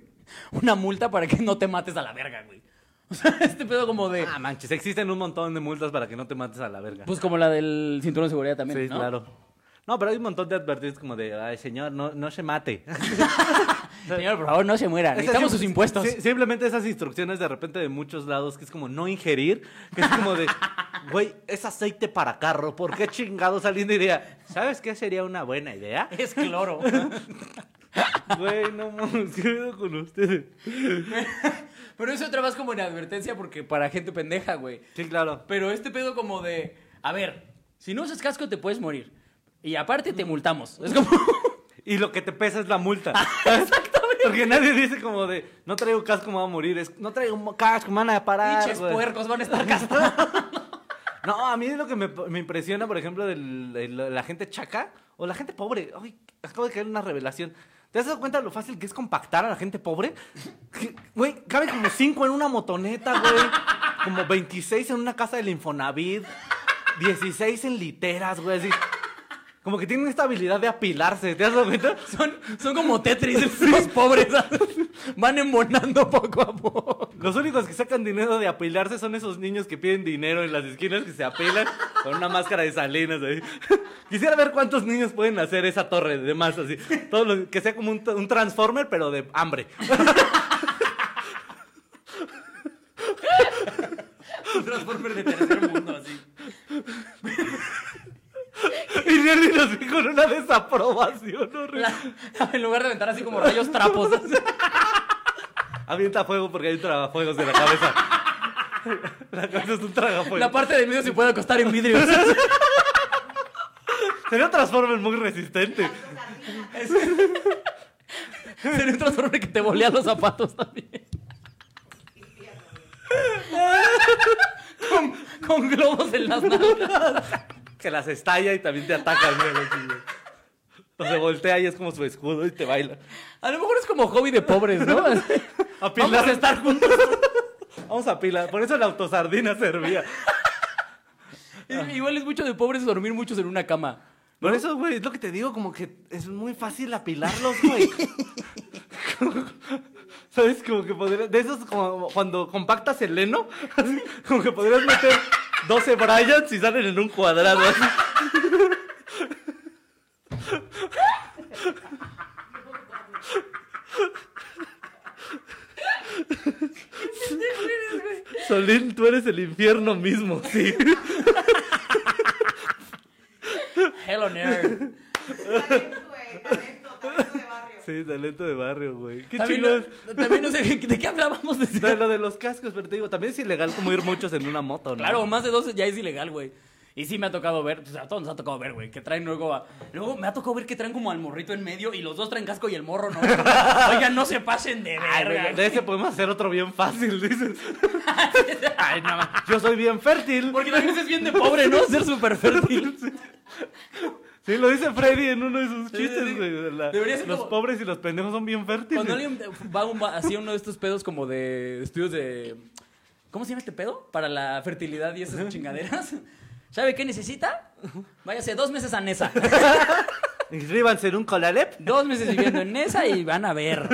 [SPEAKER 2] una multa para que no te mates a la verga, güey. O sea, este pedo como de.
[SPEAKER 1] Ah, manches, existen un montón de multas para que no te mates a la verga.
[SPEAKER 2] Pues como la del cinturón de seguridad también.
[SPEAKER 1] sí,
[SPEAKER 2] ¿no?
[SPEAKER 1] claro. No, pero hay un montón de advertidos como de, ay, señor, no, no se mate.
[SPEAKER 2] Señor, por favor, no se muera. Necesitamos
[SPEAKER 1] Esas
[SPEAKER 2] sus
[SPEAKER 1] sim-
[SPEAKER 2] impuestos.
[SPEAKER 1] si- simplemente esas instrucciones de repente de muchos lados que es como no ingerir, que es como de, güey, es aceite para carro, ¿por qué chingados alguien diría, ¿sabes qué sería una buena idea?
[SPEAKER 2] Es cloro.
[SPEAKER 1] Güey, no mames, ¿qué pedo con ustedes?
[SPEAKER 2] Pero eso otra más como en advertencia porque para gente pendeja, güey.
[SPEAKER 1] Sí, claro.
[SPEAKER 2] Pero este pedo como de, a ver, si no usas casco te puedes morir. Y aparte te multamos. Es como...
[SPEAKER 1] Y lo que te pesa es la multa. Exactamente. Porque nadie dice como de, no traigo casco, me voy a morir. Es, no traigo mo- casco, me van a parar.
[SPEAKER 2] Pinches
[SPEAKER 1] güey".
[SPEAKER 2] puercos van a estar castrados.
[SPEAKER 1] No, a mí lo que me, me impresiona, por ejemplo, de la gente chaca o la gente pobre. Ay, acabo de caer en una revelación. ¿Te has dado cuenta de lo fácil que es compactar a la gente pobre? Que, Güey, caben como cinco en una motoneta, güey. Como 26 en una casa del Infonavit. 16 en literas, güey. Así. Como que tienen esta habilidad de apilarse. ¿Te has dado cuenta?
[SPEAKER 2] Son, son como Tetris, los pobres. Van embonando poco a poco.
[SPEAKER 1] Los únicos que sacan dinero de apilarse son esos niños que piden dinero en las esquinas que se apilan con una máscara de salinas ahí. Quisiera ver cuántos niños pueden hacer esa torre de más así. Todo lo- que sea como un, un transformer, pero de hambre.
[SPEAKER 2] Un transformer de tercer mundo, así.
[SPEAKER 1] Y Nelly nos vi con una desaprobación horrible.
[SPEAKER 2] en lugar de aventar así como rayos trapos. así.
[SPEAKER 1] Avienta fuego porque hay un tragafuegos de la cabeza. La cabeza es un tragafuego.
[SPEAKER 2] La parte de medio se puede acostar en vidrio. así.
[SPEAKER 1] Sería un transformer muy resistente.
[SPEAKER 2] Sería un transformer que te volea los zapatos también. con, con globos en las nalgas.
[SPEAKER 1] Que las estalla y también te ataca el miedo, así, güey. O se voltea y es como su escudo y te baila.
[SPEAKER 2] A lo mejor es como hobby de pobres, ¿no? Así.
[SPEAKER 1] Apilar-
[SPEAKER 2] Vamos a estar juntos.
[SPEAKER 1] Vamos a pila, por eso la autosardina servía.
[SPEAKER 2] Es- Igual es mucho de pobres dormir muchos en una cama.
[SPEAKER 1] Por eso, güey, es lo que te digo, como que es muy fácil apilarlos, güey. ¿Sabes? Como que podrías. De esos, como cuando compactas el leno, así, como que podrías meter 12 Bryants y salen en un cuadrado. así. Solín, tú eres el infierno mismo, sí.
[SPEAKER 2] Hello, nerd.
[SPEAKER 3] Talento, güey, talento, talento de barrio.
[SPEAKER 1] Sí, talento de barrio, güey. Qué
[SPEAKER 2] También
[SPEAKER 1] chido.
[SPEAKER 2] no, también no sé de qué hablábamos. De
[SPEAKER 1] No, lo de los cascos, pero te digo, también es ilegal como ir muchos en una moto, ¿no?
[SPEAKER 2] Claro, más de 12 ya es ilegal, güey. Y sí me ha tocado ver, o sea, a todos nos ha tocado ver, güey, que traen luego a... Luego me ha tocado ver que traen como al morrito en medio y los dos traen casco y el morro no. Oigan, no se pasen de
[SPEAKER 1] Ay, güey,
[SPEAKER 2] verga.
[SPEAKER 1] Ah, de ese podemos hacer otro bien fácil, dices.
[SPEAKER 2] Ay, no, mames.
[SPEAKER 1] Yo soy bien fértil.
[SPEAKER 2] Porque también es bien de pobre, ¿no? Ser súper fértil.
[SPEAKER 1] Sí, lo dice Freddy en uno de sus
[SPEAKER 2] Sí,
[SPEAKER 1] chistes,
[SPEAKER 2] sí, sí.
[SPEAKER 1] güey. de la-
[SPEAKER 2] Debería ser
[SPEAKER 1] los
[SPEAKER 2] como-
[SPEAKER 1] pobres y los pendejos son bien fértiles.
[SPEAKER 2] Cuando alguien va a un, ba- así a uno de estos pedos como de estudios de... ¿Cómo se llama este pedo? Para la fertilidad y esas chingaderas. ¿Sabe qué necesita? Váyase dos meses a Nesa.
[SPEAKER 1] Inscríbanse en un colalep.
[SPEAKER 2] Dos meses viviendo en Nesa y van a ver.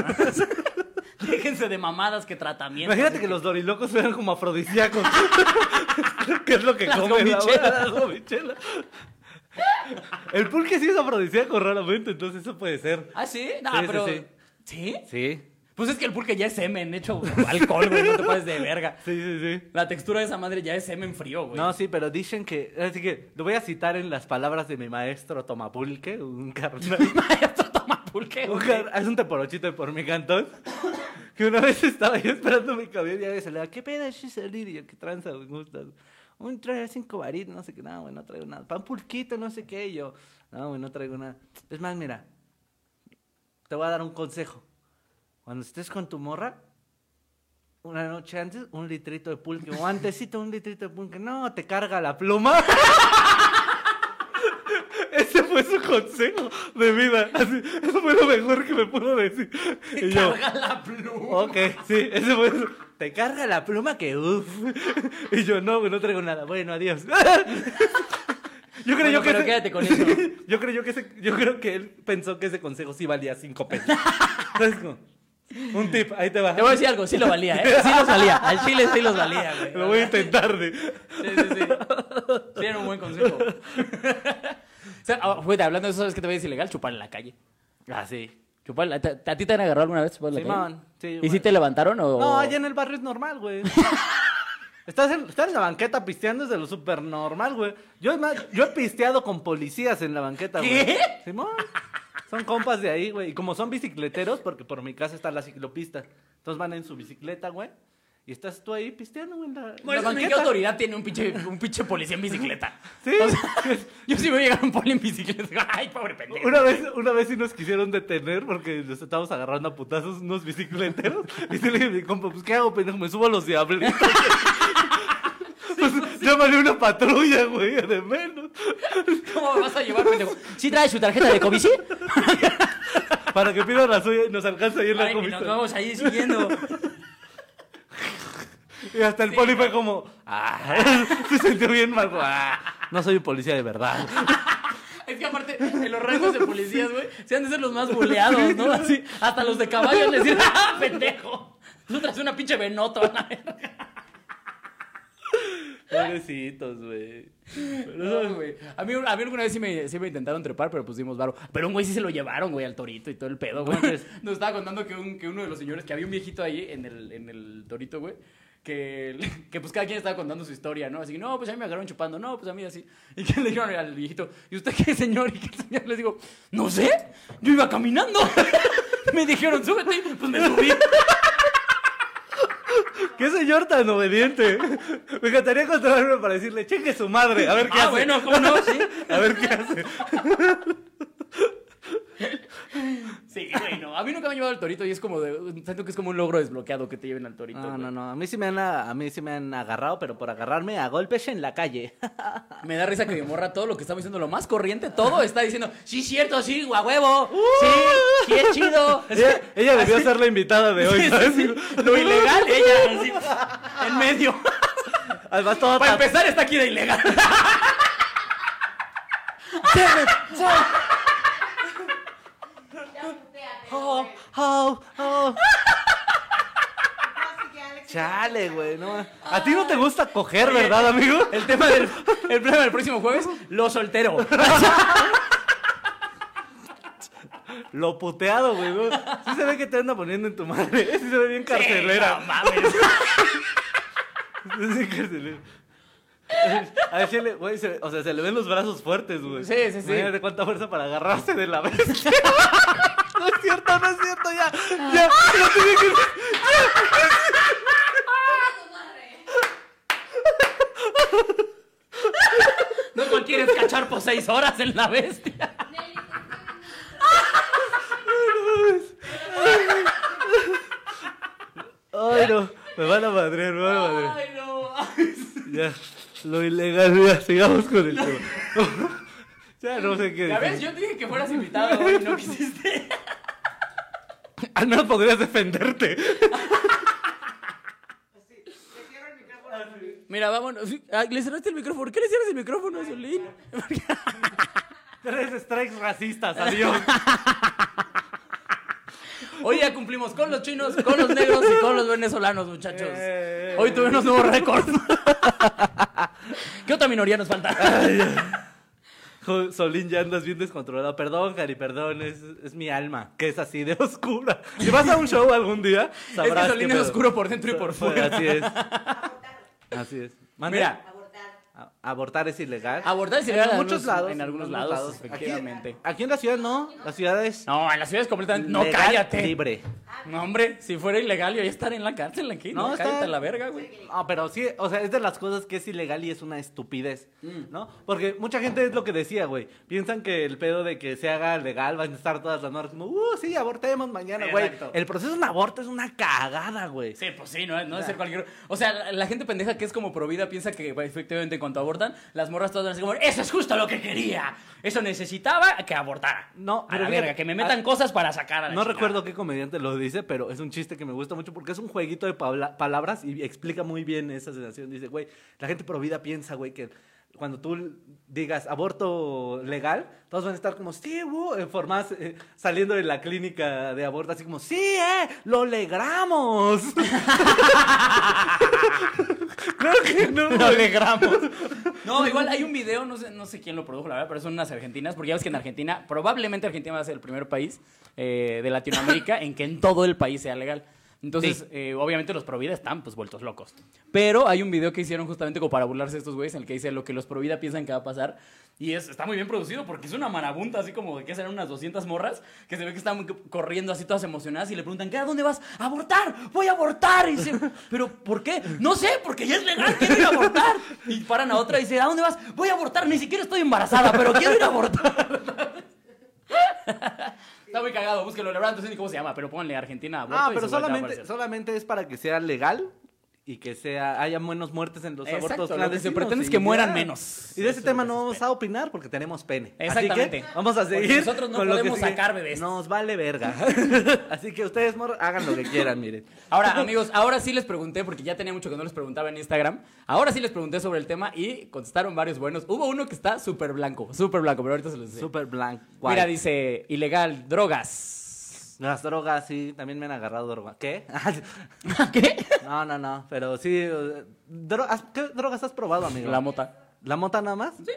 [SPEAKER 2] Déjense de mamadas que tratamiento.
[SPEAKER 1] Imagínate que los dorilocos fueran como afrodisíacos. ¿Qué es lo que
[SPEAKER 2] Las
[SPEAKER 1] comen? la
[SPEAKER 2] gomichelas.
[SPEAKER 1] verdad, las gomichelas. El pulque sí es afrodisíaco raramente, entonces eso puede ser.
[SPEAKER 2] ¿Ah, sí? No,
[SPEAKER 1] Sí, sí,
[SPEAKER 2] pero...
[SPEAKER 1] sí.
[SPEAKER 2] Sí,
[SPEAKER 1] Sí.
[SPEAKER 2] Pues es que el pulque ya es semen, hecho alcohol, güey. No te pases de verga.
[SPEAKER 1] Sí, sí, sí.
[SPEAKER 2] La textura de esa madre ya es semen frío, güey.
[SPEAKER 1] No, sí, pero dicen que. Así que lo voy a citar en las palabras de mi maestro Tomapulque, un carnal.
[SPEAKER 2] Esto toma pulque,
[SPEAKER 1] un
[SPEAKER 2] güey.
[SPEAKER 1] car- es un teporochito por mi cantón. Que una vez estaba yo esperando mi camión y a veces le da, ¿qué pedo es salir? Y yo, ¿qué tranza? Me gusta. Un traer cinco varit, no sé qué, no, güey, no traigo nada. Pan pulquito, no sé qué. Y yo, no, güey, no traigo nada. Es más, mira, te voy a dar un consejo. Cuando estés con tu morra, una noche antes, un litrito de pulque. O antesito, un litrito de pulque. No, te carga la pluma. Ese fue su consejo de vida. Así, eso fue lo mejor que me pudo decir. Y yo,
[SPEAKER 2] Carga la pluma.
[SPEAKER 1] ok, sí, ese fue su- Te carga la pluma que uff. Y yo, no, güey, no traigo nada. Bueno, adiós. Yo creo
[SPEAKER 2] Bueno,
[SPEAKER 1] yo que
[SPEAKER 2] pero
[SPEAKER 1] ese-
[SPEAKER 2] quédate con eso.
[SPEAKER 1] yo creo yo que ese- yo creo que él pensó que ese consejo sí valía cinco pesos. ¿Sabes cómo? Un tip, ahí te va.
[SPEAKER 2] Te voy a decir algo, sí lo valía, ¿eh? Sí los valía. Al chile sí los valía, güey.
[SPEAKER 1] Lo voy a intentar de.
[SPEAKER 2] Sí, sí, sí. Sí, era un buen consejo. o sea, ah, güey, hablando de eso, ¿sabes qué te voy a decir ilegal? Chupar en la calle.
[SPEAKER 1] Ah, sí.
[SPEAKER 2] Chupar, en la- ¿te- ¿A ti te han agarrado alguna vez? chupar en la
[SPEAKER 1] Simón,
[SPEAKER 2] calle?
[SPEAKER 1] sí,
[SPEAKER 2] ¿Y
[SPEAKER 1] güey.
[SPEAKER 2] si te levantaron o...?
[SPEAKER 1] No, allá en el barrio es normal, güey. Estás en, estar en la banqueta pisteando es de lo súper normal, güey. Yo, es más, yo he pisteado con policías en la banqueta, güey.
[SPEAKER 2] ¿Qué?
[SPEAKER 1] Simón. Son compas de ahí, güey. Y como son bicicleteros, porque por mi casa está la ciclopista. Entonces van en su bicicleta, güey. Y estás tú ahí pisteando, güey. En la, en
[SPEAKER 2] Bueno,
[SPEAKER 1] la
[SPEAKER 2] eso no, ¿qué
[SPEAKER 1] banqueta.
[SPEAKER 2] autoridad tiene un pinche, un pinche policía en bicicleta?
[SPEAKER 1] Sí.
[SPEAKER 2] O sea, yo sí voy a llegar a un poli en bicicleta. Ay, pobre pendejo.
[SPEAKER 1] Una vez, una vez sí nos quisieron detener porque nos estábamos agarrando a putazos unos bicicleteros. Y sí le dije a mi compa, pues ¿qué hago, pendejo? Me subo a los diablitos. pues llámale una patrulla, güey, de menos.
[SPEAKER 2] ¿Cómo me vas a llevar, pendejo? ¿Sí traes su tarjeta de covici?
[SPEAKER 1] Para que pidan la suya y nos alcanza ahí en la
[SPEAKER 2] Ay, ni nos
[SPEAKER 1] comida.
[SPEAKER 2] vamos ahí siguiendo.
[SPEAKER 1] Y hasta el poli fue como, ah, se sintió bien mal. como, "Ah, no soy un policía de verdad.
[SPEAKER 2] Es que aparte, en los rangos de policías, güey, se han de ser los más buleados, ¿no? Así, hasta los de caballos les dicen, ¡ah, pendejo! Tú traes una pinche venoto, a la verga".
[SPEAKER 1] Pobrecitos, güey.
[SPEAKER 2] No, güey. A mí, a mí alguna vez sí me, sí me intentaron trepar, pero pusimos varo. Pero un güey sí se lo llevaron, güey, al torito y todo el pedo, güey.
[SPEAKER 1] Entonces-
[SPEAKER 2] Nos estaba contando que, un- que uno de los señores, que había un viejito ahí en el, en el torito, güey. Que, que pues cada quien estaba contando su historia, ¿no? Así que, no, pues a mí me agarraron chupando, no, pues a mí así. Y que le dijeron al viejito, ¿y usted qué, señor? Y que el señor les digo, no sé, yo iba caminando. me dijeron, súbete, y, pues me subí.
[SPEAKER 1] Qué señor tan obediente. Me encantaría encontrarme para decirle, cheque su madre, a ver qué
[SPEAKER 2] ah,
[SPEAKER 1] hace.
[SPEAKER 2] bueno, ¿cómo no? Sí,
[SPEAKER 1] A ver qué hace.
[SPEAKER 2] sí, güey, no. A mí nunca me han llevado al torito y es como, de, siento que es como un logro desbloqueado que te lleven al torito.
[SPEAKER 1] Ah, No,
[SPEAKER 2] güey.
[SPEAKER 1] no, no. A mí sí me han, a mí sí me han agarrado, pero por agarrarme a golpes en la calle.
[SPEAKER 2] Me da risa que de morra todo lo que estamos diciendo, lo más corriente, todo está diciendo, sí, cierto, sí, a huevo, sí, sí, es chido.
[SPEAKER 1] ella, ella debió
[SPEAKER 2] Así-
[SPEAKER 1] ser la invitada de hoy,
[SPEAKER 2] Sí, sí,
[SPEAKER 1] ¿sabes?
[SPEAKER 2] sí. Lo ilegal, ella, así, en medio.
[SPEAKER 1] Además, todo
[SPEAKER 2] Para
[SPEAKER 1] tap-
[SPEAKER 2] empezar, está aquí de ilegal.
[SPEAKER 3] Ya puteate.
[SPEAKER 1] Oh,
[SPEAKER 3] güey.
[SPEAKER 1] oh, oh.
[SPEAKER 3] No, sí, que Alex-
[SPEAKER 1] Chale, güey. No. A ti no te gusta coger, ¿verdad, amigo?
[SPEAKER 2] El tema del el problema del próximo jueves, lo soltero.
[SPEAKER 1] Lo puteado, güey. ¿no? Sí se ve que te anda poniendo en tu madre. Sí se ve bien carcelera.
[SPEAKER 2] Sí, no mames.
[SPEAKER 1] Sí, sí, carcelera. A ver, sí le- güey, se- o sea, se le ven los brazos fuertes, güey.
[SPEAKER 2] Sí, sí, sí.
[SPEAKER 1] Imagínate cuánta fuerza para agarrarse de la bestia. No es cierto, no es cierto, ya. Ya, lo tenía que
[SPEAKER 3] Chinga tu madre.
[SPEAKER 2] No cualquiera es cachar por seis horas en la bestia.
[SPEAKER 3] Nelly, ¿por qué
[SPEAKER 1] Ay, no. Me van a madrear, me van a madrear.
[SPEAKER 2] Ay, no.
[SPEAKER 1] Ya. Lo ilegal, ya. Sigamos con el tema. ya no sé qué
[SPEAKER 2] Ya ves,
[SPEAKER 1] decir.
[SPEAKER 2] yo te dije que fueras invitado y no quisiste.
[SPEAKER 1] Al menos Ah, podrías defenderte.
[SPEAKER 3] me- Le cierro el micrófono a Solín.
[SPEAKER 2] Mira, vámonos. Ah, Le cerraste el micrófono. ¿Por qué le cierras el micrófono a Solín?
[SPEAKER 1] Tres strikes racistas, adiós.
[SPEAKER 2] Hoy ya cumplimos con los chinos, con los negros y con los venezolanos, muchachos.
[SPEAKER 1] Eh.
[SPEAKER 2] Hoy tuvimos nuevos récords. ¿Qué otra minoría nos
[SPEAKER 1] Ah,
[SPEAKER 2] falta?
[SPEAKER 1] Jo- Solín, ya andas bien descontrolado. Perdón, Cari, perdón. Es, es mi alma, que es así de oscura. Si vas a un show algún día,
[SPEAKER 2] Es
[SPEAKER 1] sabrás
[SPEAKER 2] que Solín
[SPEAKER 1] qué
[SPEAKER 2] es
[SPEAKER 1] pedo.
[SPEAKER 2] oscuro por dentro y por fuera.
[SPEAKER 1] Así es,
[SPEAKER 3] Abortar.
[SPEAKER 1] así es.
[SPEAKER 2] Mira,
[SPEAKER 3] Abortar.
[SPEAKER 1] A- abortar es ilegal.
[SPEAKER 2] abortar es
[SPEAKER 1] En
[SPEAKER 2] ilegal en
[SPEAKER 1] muchos
[SPEAKER 2] algunos-
[SPEAKER 1] lados,
[SPEAKER 2] En algunos lados,
[SPEAKER 1] Aquí-
[SPEAKER 2] efectivamente.
[SPEAKER 1] Aquí, en la ciudad no. La ciudad es
[SPEAKER 2] No, en las ciudades completamente. No,
[SPEAKER 1] legal,
[SPEAKER 2] cállate.
[SPEAKER 1] libre.
[SPEAKER 2] No, hombre, si fuera ilegal, yo ya estaría en la cárcel aquí. No,
[SPEAKER 1] No, está-
[SPEAKER 2] cállate a la verga, güey.
[SPEAKER 1] Ah, pero sí, o sea, es de las cosas que es ilegal y es una estupidez, ¿no? Porque mucha gente es lo que decía, güey. Piensan que el pedo de que se haga legal van a estar todas las normas como, uh, sí, abortemos mañana, güey.
[SPEAKER 2] Exacto.
[SPEAKER 1] El proceso de un aborto es una cagada, güey.
[SPEAKER 2] Sí, pues sí, no, no es ser cualquier. O sea, la, la gente pendeja que es como pro vida piensa que pues, efectivamente en cuanto abortan, las morras todas van a ser como, eso es justo lo que quería. Eso necesitaba que abortara.
[SPEAKER 1] No,
[SPEAKER 2] a
[SPEAKER 1] pero
[SPEAKER 2] la
[SPEAKER 1] fíjate,
[SPEAKER 2] verga, que me metan
[SPEAKER 1] ah,
[SPEAKER 2] cosas para sacar a la
[SPEAKER 1] No
[SPEAKER 2] chingada".
[SPEAKER 1] recuerdo qué comediante lo dice, pero es un chiste que me gusta mucho porque es un jueguito de pabla- palabras y explica muy bien esa sensación. Dice, güey, la gente por vida piensa, güey, que cuando tú digas aborto legal, todos van a estar como, sí, uh, eh, formadas, eh, saliendo de la clínica de aborto, así como, sí, eh, lo legramos. claro que no.
[SPEAKER 2] Lo alegramos. No, igual hay un video, no sé, no sé quién lo produjo, la verdad, pero son unas argentinas, porque ya ves que en Argentina, probablemente Argentina va a ser el primer país eh, de Latinoamérica en que en todo el país sea legal. Entonces, eh, obviamente los Provida están pues vueltos locos. Pero hay un video que hicieron justamente como para burlarse de estos güeyes en el que dice lo que los Provida piensan que va a pasar. Y es, está muy bien producido porque es una marabunta, así como de que serán unas 200 morras, que se ve que están corriendo así todas emocionadas y le preguntan, ¿qué? ¿A dónde vas? ¡A abortar! ¡Voy a abortar! Y dice, ¿pero por qué? No sé, porque ya es legal, quiero ir a abortar. Y paran a otra y dice, ¿a dónde vas? Voy a abortar, ni siquiera estoy embarazada, pero quiero ir a abortar. Está muy cagado, búsquelo, la verdad, no sé ni cómo se llama, pero pónganle Argentina aborto
[SPEAKER 1] Ah,
[SPEAKER 2] y
[SPEAKER 1] pero
[SPEAKER 2] seguro te va a
[SPEAKER 1] solamente,
[SPEAKER 2] aparecer.
[SPEAKER 1] solamente es para que sea legal y que sea haya menos muertes en los
[SPEAKER 2] Exacto,
[SPEAKER 1] abortos
[SPEAKER 2] lo que se
[SPEAKER 1] clandestinos.
[SPEAKER 2] pretende es
[SPEAKER 1] y
[SPEAKER 2] que mueran menos.
[SPEAKER 1] Y de
[SPEAKER 2] Eso
[SPEAKER 1] ese
[SPEAKER 2] es
[SPEAKER 1] tema no
[SPEAKER 2] lo que se
[SPEAKER 1] vamos
[SPEAKER 2] espera.
[SPEAKER 1] a opinar porque tenemos pene. Así
[SPEAKER 2] Exactamente.
[SPEAKER 1] que vamos a
[SPEAKER 2] Porque
[SPEAKER 1] seguir.
[SPEAKER 2] nosotros no
[SPEAKER 1] con lo que
[SPEAKER 2] podemos
[SPEAKER 1] sigue.
[SPEAKER 2] sacar bebés.
[SPEAKER 1] Nos vale verga. Así que ustedes mor- hagan lo que quieran, miren.
[SPEAKER 2] Ahora, amigos, ahora sí les pregunté, porque ya tenía mucho que no les preguntaba en Instagram. Ahora sí les pregunté sobre el tema y contestaron varios buenos. Hubo uno que está súper blanco, súper blanco, pero ahorita se los decía.
[SPEAKER 1] Super blanco.
[SPEAKER 2] Mira, dice, ilegal, drogas.
[SPEAKER 1] Las drogas, sí, también me han agarrado droga. ¿Qué?
[SPEAKER 2] ¿Qué?
[SPEAKER 1] no, no, no, pero sí. eh, dro- has- ¿Qué drogas has probado, amigo?
[SPEAKER 2] La mota.
[SPEAKER 1] ¿La mota nada más? Sí.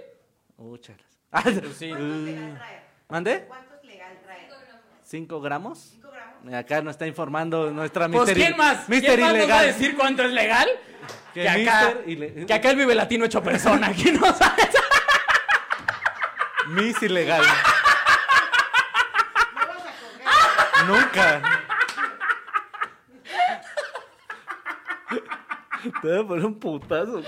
[SPEAKER 1] Uh, chelas.
[SPEAKER 2] sí.
[SPEAKER 3] ¿Cuántos legal trae?
[SPEAKER 1] ¿Mande?
[SPEAKER 3] ¿Cuántos legal trae?
[SPEAKER 1] ¿Cinco gramos?
[SPEAKER 3] ¿Cinco gramos?
[SPEAKER 1] Acá nos está informando nuestra
[SPEAKER 2] Pues,
[SPEAKER 1] Mister
[SPEAKER 2] ¿quién más?
[SPEAKER 1] Mister
[SPEAKER 2] ¿Quién más nos va
[SPEAKER 1] Ilegal.
[SPEAKER 2] a decir cuánto es legal?
[SPEAKER 1] Que
[SPEAKER 2] Que, acá,
[SPEAKER 1] Mister Ile-
[SPEAKER 2] que acá el Vive Latino hecho persona. que no sabe?
[SPEAKER 1] Miss Ilegal.
[SPEAKER 3] No vas a coger.
[SPEAKER 1] Nunca. Te voy a poner un putazo, güey.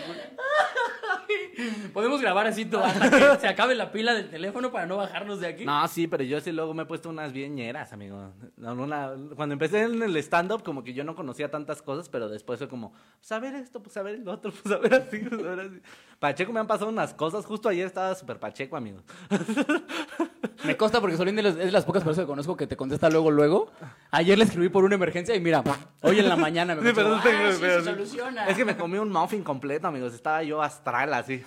[SPEAKER 2] Podemos grabar así todo hasta que se acabe la pila del teléfono para no bajarnos de aquí.
[SPEAKER 1] No, sí, pero yo sí luego me he puesto unas bien ñeras, amigo. No, no, una- cuando empecé en el stand-up, como que yo no conocía tantas cosas, pero después fue como, pues a ver esto, pues a ver el otro, pues a ver así, pues a ver así. Pacheco me han pasado unas cosas, justo ayer estaba súper Pacheco, amigo.
[SPEAKER 2] Me consta porque Solín de las- es de las pocas personas que conozco que te contesta luego, luego. Ayer le escribí por una emergencia y mira, hoy en la mañana me
[SPEAKER 1] Sí, pero no
[SPEAKER 2] contestó,
[SPEAKER 1] tengo-
[SPEAKER 2] "Ah, sí,
[SPEAKER 1] pero
[SPEAKER 2] se
[SPEAKER 1] sí".
[SPEAKER 2] soluciona.
[SPEAKER 1] Es que me comí un muffin completo, amigos. Estaba yo astral así.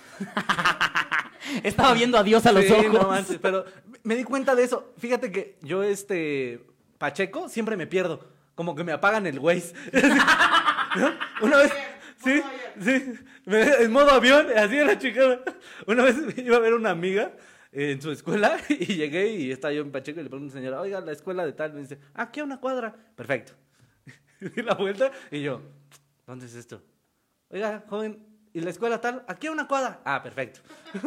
[SPEAKER 2] Estaba viendo a Dios a los
[SPEAKER 1] Sí,
[SPEAKER 2] ojos.
[SPEAKER 1] no manches, pero me di cuenta de eso. Fíjate que yo, este, Pacheco, siempre me pierdo. Como que me apagan el Waze. ¿No? Una vez... Sí,
[SPEAKER 3] Modo avión.
[SPEAKER 1] sí. me- En modo avión, así era chingada. Una vez iba a ver una amiga eh, en su escuela y llegué y estaba yo en Pacheco y le pregunto a una señora, oiga, la escuela de tal. Me dice, aquí a una cuadra. Perfecto. Di la vuelta y yo, ¿dónde es esto? Oiga, joven, ¿y la escuela tal? Aquí a una cuadra. Ah, perfecto.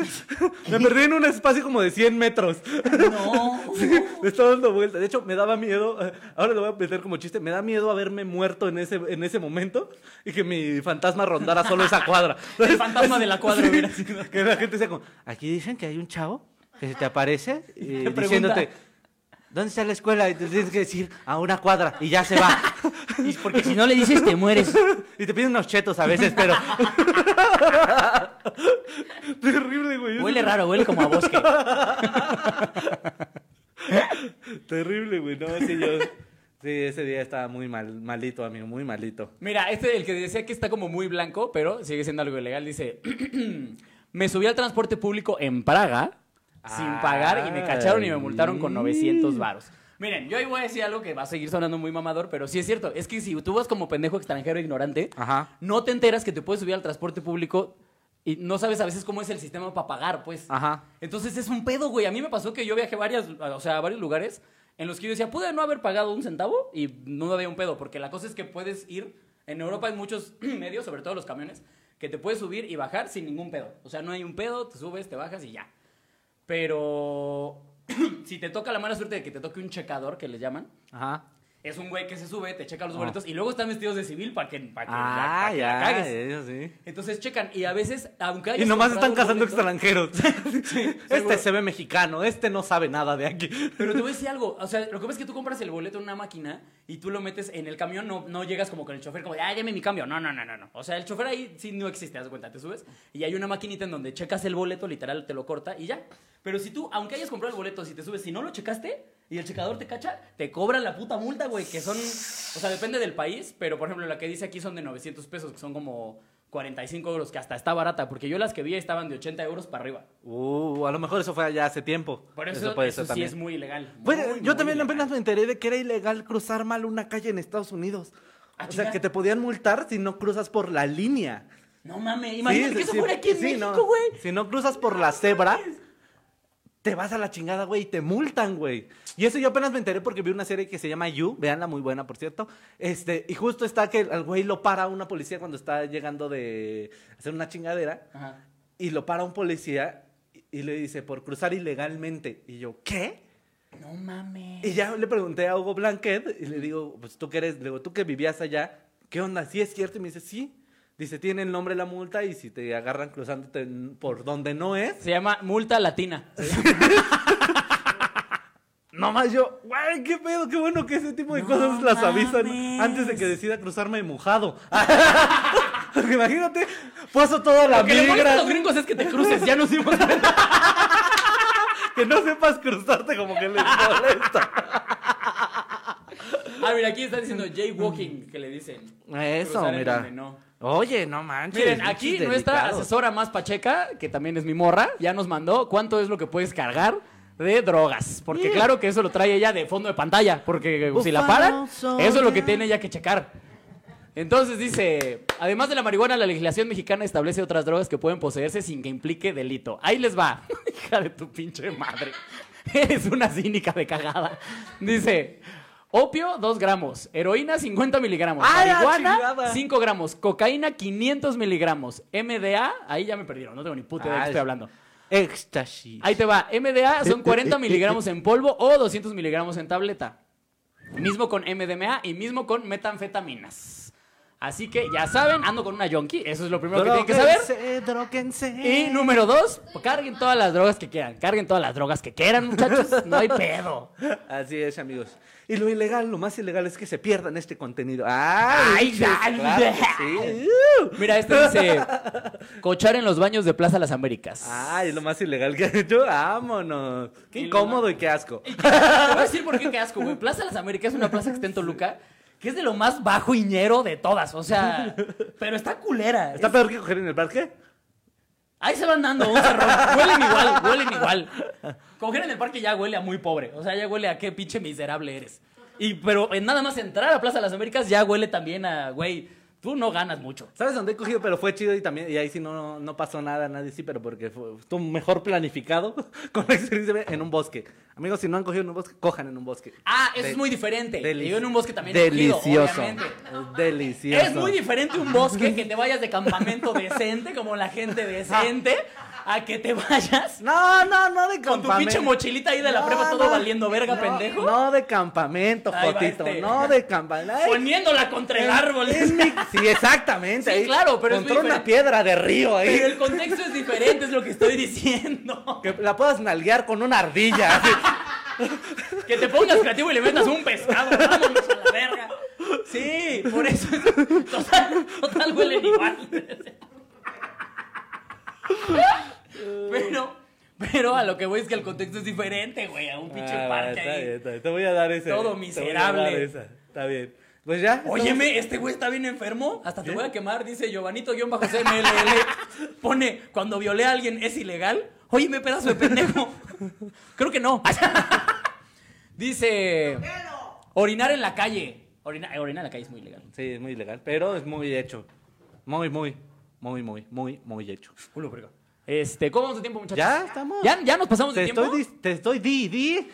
[SPEAKER 1] me perdí en un espacio como de 100 metros.
[SPEAKER 2] No.
[SPEAKER 1] me estaba dando vuelta. De hecho, me daba miedo. eh, Ahora lo voy a meter como chiste. Me da miedo haberme muerto en ese, en ese momento y que mi fantasma rondara solo esa cuadra.
[SPEAKER 2] El fantasma de la cuadra
[SPEAKER 1] Sí,
[SPEAKER 2] hubiera
[SPEAKER 1] que la gente sea como, aquí dicen que hay un chavo que se te aparece eh,
[SPEAKER 2] te pregunta.
[SPEAKER 1] diciéndote, ¿dónde está la escuela? Y te tienes que decir, a una cuadra. Y ya se va.
[SPEAKER 2] Porque si no le dices, te mueres.
[SPEAKER 1] Y te piden unos chetos a veces, pero. Terrible, güey.
[SPEAKER 2] Huele raro, huele como a bosque.
[SPEAKER 1] Terrible, güey. No, sí, yo. Sí, ese día estaba muy mal, malito, amigo, muy malito.
[SPEAKER 2] Mira, este, el que decía que está como muy blanco, pero sigue siendo algo ilegal, dice: Me subí al transporte público en Praga
[SPEAKER 1] Ah.
[SPEAKER 2] sin pagar y me cacharon y me multaron con 900 varos. Miren, yo ahí voy a decir algo que va a seguir sonando muy mamador, pero sí es cierto. Es que si tú vas como pendejo extranjero ignorante,
[SPEAKER 1] Ajá.
[SPEAKER 2] no te enteras que te puedes subir al transporte público y no sabes a veces cómo es el sistema para pagar, pues.
[SPEAKER 1] Ajá.
[SPEAKER 2] Entonces es un pedo, güey. A mí me pasó que yo viajé varias, o sea, a varios lugares en los que yo decía, pude no haber pagado un centavo y no había un pedo, porque la cosa es que puedes ir, en Europa hay muchos medios, sobre todo los camiones, que te puedes subir y bajar sin ningún pedo. O sea, no hay un pedo, te subes, te bajas y ya. Pero si te toca la mala suerte de que te toque un checador, que le llaman,
[SPEAKER 1] Ajá.
[SPEAKER 2] es un güey que se sube, te checa los
[SPEAKER 1] Ah.
[SPEAKER 2] boletos y luego están vestidos de civil para que, para que, la,
[SPEAKER 1] Ah,
[SPEAKER 2] pa' que la
[SPEAKER 1] ya.
[SPEAKER 2] cagues.
[SPEAKER 1] eso sí.
[SPEAKER 2] Entonces checan y a veces, aunque hayas
[SPEAKER 1] Y nomás
[SPEAKER 2] comprado
[SPEAKER 1] están
[SPEAKER 2] un
[SPEAKER 1] cazando
[SPEAKER 2] boleto-
[SPEAKER 1] extranjeros.
[SPEAKER 2] seguro.
[SPEAKER 1] este se ve mexicano, este no sabe nada de aquí.
[SPEAKER 2] Pero te voy a decir algo, o sea, lo que pasa es que tú compras el boleto en una máquina y tú lo metes en el camión, no, no llegas como con el chofer como, de, ah, dame mi cambio, no, no, no, no, no. O sea, el chofer ahí sí no existe, haz de cuenta, te subes y hay una maquinita en donde checas el boleto, literal, te lo corta y ya. Pero si tú, aunque hayas comprado el boleto, si te subes, si no lo checaste y el checador te cacha, te cobran la puta multa, güey, que son, o sea, depende del país, pero por ejemplo, la que dice aquí son de 900 pesos, que son como 45 euros, que hasta está barata, porque yo las que vi estaban de 80 euros para arriba.
[SPEAKER 1] Uh, a lo mejor eso fue allá hace tiempo.
[SPEAKER 2] Por eso, eso, sí es muy ilegal.
[SPEAKER 1] Bueno,
[SPEAKER 2] muy,
[SPEAKER 1] yo
[SPEAKER 2] muy
[SPEAKER 1] también
[SPEAKER 2] ilegal.
[SPEAKER 1] apenas me enteré de que era ilegal cruzar mal una calle en Estados Unidos.
[SPEAKER 2] Ah,
[SPEAKER 1] o sea,
[SPEAKER 2] chinga.
[SPEAKER 1] que te podían multar si no cruzas por la línea.
[SPEAKER 2] No mames, imagínate
[SPEAKER 1] Sí,
[SPEAKER 2] que eso
[SPEAKER 1] sí,
[SPEAKER 2] fuera aquí en
[SPEAKER 1] sí, no.
[SPEAKER 2] México, güey.
[SPEAKER 1] Si no cruzas por la cebra, te vas a la chingada, güey, y te multan, güey. Y eso yo apenas me enteré porque vi una serie que se llama You, veanla, muy buena, por cierto. Este, y justo está que al güey lo para una policía cuando está llegando de hacer una chingadera.
[SPEAKER 2] Ajá.
[SPEAKER 1] Y lo para un policía y- y le dice, por cruzar ilegalmente. Y yo, ¿qué?
[SPEAKER 2] No mames.
[SPEAKER 1] Y ya le pregunté a Hugo Blanquet y le digo, pues tú que eres, le digo, tú que vivías allá, ¿qué onda? ¿Sí es cierto? Y me dice, sí. Dice, tiene el nombre la multa y si te agarran cruzándote en- por donde no es.
[SPEAKER 2] Se llama multa latina.
[SPEAKER 1] Nomás yo, güey, qué pedo, qué bueno que ese tipo de
[SPEAKER 2] No
[SPEAKER 1] cosas las avisan
[SPEAKER 2] mames.
[SPEAKER 1] antes de que decida cruzarme mojado. Porque imagínate, paso toda la
[SPEAKER 2] Lo que le molesta a
[SPEAKER 1] migra,
[SPEAKER 2] los gringos es que te cruces, ya nos dimos cuenta.
[SPEAKER 1] que no sepas cruzarte como que les molesta.
[SPEAKER 2] Ah, mira, aquí está diciendo jaywalking, que le dicen.
[SPEAKER 1] Eso,
[SPEAKER 2] Cruzar en
[SPEAKER 1] mira.
[SPEAKER 2] donde no.
[SPEAKER 1] Oye, no manches.
[SPEAKER 2] Miren,
[SPEAKER 1] bichos
[SPEAKER 2] aquí nuestra
[SPEAKER 1] delicados.
[SPEAKER 2] asesora más pacheca, que también es mi morra, ya nos mandó cuánto es lo que puedes cargar de drogas. Porque claro que eso lo trae ella de fondo de pantalla, porque si la paran, eso es lo que tiene ella que checar. Entonces dice, además de la marihuana, la legislación mexicana establece otras drogas que pueden poseerse sin que implique delito. Ahí les va, hija de tu pinche madre. Eres una cínica de cagada. Dice, opio 2 gramos, heroína 50 miligramos,
[SPEAKER 1] ¡Ah, la
[SPEAKER 2] marihuana
[SPEAKER 1] chingada!
[SPEAKER 2] 5 gramos, cocaína 500 miligramos, MDA, ahí ya me perdieron, no tengo ni puta idea de qué
[SPEAKER 1] Ay.
[SPEAKER 2] estoy hablando.
[SPEAKER 1] Éxtasis.
[SPEAKER 2] Ahí te va. MDA son 40 miligramos en polvo o 200 miligramos en tableta. Mismo con MDMA y mismo con metanfetaminas. Así que ya saben, ando con una yonki. Eso es lo primero que tienen que saber.
[SPEAKER 1] Dróguense, dróguense.
[SPEAKER 2] Y número dos, carguen todas las drogas que quieran. Carguen todas las drogas que quieran, muchachos. No hay pedo.
[SPEAKER 1] Así es, amigos. Y lo ilegal, lo más ilegal es que se pierdan este contenido. ¡Ay!
[SPEAKER 2] Ay,
[SPEAKER 1] dices,
[SPEAKER 2] ay,
[SPEAKER 1] claro que
[SPEAKER 2] ay.
[SPEAKER 1] sí.
[SPEAKER 2] Mira, este dice: cochar en los baños de Plaza Las Américas.
[SPEAKER 1] ¡Ay! Lo más ilegal que han hecho. ¡Vámonos! ¡Qué
[SPEAKER 2] Y lo
[SPEAKER 1] incómodo y qué asco!
[SPEAKER 2] Te voy a decir por qué qué asco, güey. Plaza Las Américas es una plaza que está en Toluca, que es de lo más bajo ñero de todas. O sea, pero está culera.
[SPEAKER 1] ¿Está peor que coger en el parque?
[SPEAKER 2] Ahí se van dando un cerrón. Huelen igual, huelen igual. Coger en el parque ya huele a muy pobre. O sea, ya huele a qué pinche miserable eres. Y pero en nada más entrar a Plaza de las Américas ya huele también a, güey, tú no ganas mucho.
[SPEAKER 1] ¿Sabes dónde he cogido? Pero fue chido y también, y ahí sí no, no, no pasó nada, nadie sí, pero porque fue, estuvo mejor planificado con la experiencia en un bosque. Amigos, si no han cogido en un bosque, cojan en un bosque.
[SPEAKER 2] Ah, eso
[SPEAKER 1] De-
[SPEAKER 2] es muy diferente.
[SPEAKER 1] deli-
[SPEAKER 2] Y yo en un bosque también he cogido,
[SPEAKER 1] Delicioso.
[SPEAKER 2] obviamente.
[SPEAKER 1] Delicioso.
[SPEAKER 2] Es muy diferente un bosque que te vayas de campamento decente, como la gente decente, a que te vayas
[SPEAKER 1] No, no, no de
[SPEAKER 2] con
[SPEAKER 1] campamento.
[SPEAKER 2] tu pinche mochilita ahí de la
[SPEAKER 1] No,
[SPEAKER 2] prepa todo
[SPEAKER 1] no,
[SPEAKER 2] valiendo verga,
[SPEAKER 1] no,
[SPEAKER 2] pendejo.
[SPEAKER 1] No de campamento,
[SPEAKER 2] Ahí va
[SPEAKER 1] Jotito.
[SPEAKER 2] este.
[SPEAKER 1] No de campamento. Ay,
[SPEAKER 2] Poniéndola contra el árbol.
[SPEAKER 1] es mi- Sí, exactamente.
[SPEAKER 2] Sí,
[SPEAKER 1] ahí
[SPEAKER 2] claro, pero es muy
[SPEAKER 1] Contra una
[SPEAKER 2] diferente.
[SPEAKER 1] piedra de río ahí.
[SPEAKER 2] Pero el contexto es diferente, es lo que estoy diciendo.
[SPEAKER 1] Que la puedas nalguear con una ardilla. así.
[SPEAKER 2] Que te pongas creativo y le metas un pescado. Vámonos a la verga. Sí, por eso. es- Total, total huelen igual. Pero, pero a lo que voy es que el contexto es diferente, güey. A un pinche
[SPEAKER 1] Ah, va,
[SPEAKER 2] parque
[SPEAKER 1] está
[SPEAKER 2] ahí.
[SPEAKER 1] bien, está bien. Te voy a dar ese.
[SPEAKER 2] Todo
[SPEAKER 1] te voy a dar
[SPEAKER 2] miserable.
[SPEAKER 1] esa. Está bien. Pues ya. estamos-
[SPEAKER 2] Óyeme, este güey está bien enfermo. ¿Eh? Hasta te voy a quemar, dice Giovanito-CMLL. Pone, cuando violé a alguien es ilegal. Óyeme, pedazo de pendejo. Creo que no. dice,
[SPEAKER 3] Pero,
[SPEAKER 2] orinar en la calle. Orina- eh, orinar en la calle es muy ilegal.
[SPEAKER 1] Sí, es muy ilegal, pero es muy hecho. Muy, muy, muy, muy, muy, muy hecho.
[SPEAKER 2] Culo, verga. Este, ¿cómo vamos de tiempo, muchachos?
[SPEAKER 1] Ya estamos.
[SPEAKER 2] ¿Ya, ya nos pasamos de
[SPEAKER 1] Te
[SPEAKER 2] tiempo?
[SPEAKER 1] estoy, dis- te estoy di, di.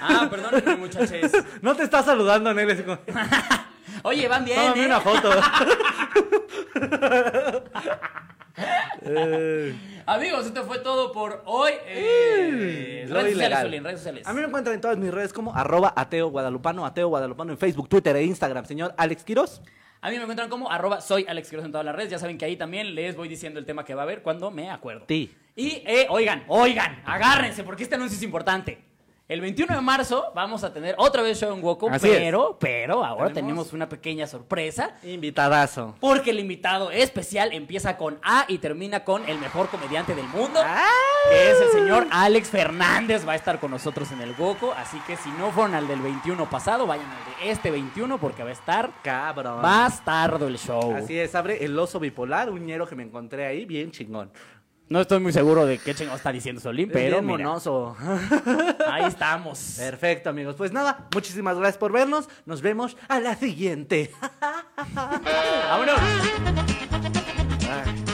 [SPEAKER 2] Ah, perdónenme, muchachos.
[SPEAKER 1] No te está saludando, Nel. así como,
[SPEAKER 2] Oye, van bien,
[SPEAKER 1] Tómame
[SPEAKER 2] ¿eh?
[SPEAKER 1] una foto.
[SPEAKER 2] Amigos, esto fue todo por hoy. Eh,
[SPEAKER 1] Mm. Lo
[SPEAKER 2] redes sociales,
[SPEAKER 1] ilegal.
[SPEAKER 2] Solín, redes sociales.
[SPEAKER 1] A mí me encuentran en todas mis redes como arroba ateo guadalupano, ateo guadalupano en Facebook, Twitter e Instagram. Señor Alex Quiroz.
[SPEAKER 2] A mí me encuentran como arroba soy Alex Quiroz en todas las redes. Ya saben que ahí también les voy diciendo el tema que va a haber cuando me acuerdo.
[SPEAKER 1] Sí.
[SPEAKER 2] Y, eh, oigan, oigan, agárrense porque este anuncio es importante. El 21 de marzo vamos a tener otra vez Show en Woco,
[SPEAKER 1] Así es.
[SPEAKER 2] pero, pero ahora
[SPEAKER 1] Tenemos-
[SPEAKER 2] tenemos una pequeña sorpresa.
[SPEAKER 1] Invitadazo. Ah.
[SPEAKER 2] Porque el invitado especial empieza con A y termina con el mejor comediante del mundo. que es el señor Alex Fernández, va a estar con nosotros en el Goco. Así que si no fueron al del 21 pasado, vayan al de este 21 porque va a estar
[SPEAKER 1] Cabrón.
[SPEAKER 2] bastardo el show.
[SPEAKER 1] Así es, abre el oso bipolar, un ñero que me encontré ahí, bien chingón.
[SPEAKER 2] No estoy muy seguro de qué chingado está diciendo Solín, pero
[SPEAKER 1] bien
[SPEAKER 2] mira,
[SPEAKER 1] monoso.
[SPEAKER 2] ahí estamos.
[SPEAKER 1] Perfecto, amigos. Pues nada, muchísimas gracias por vernos. Nos vemos a la siguiente.
[SPEAKER 2] ¡Vámonos!
[SPEAKER 1] Ay.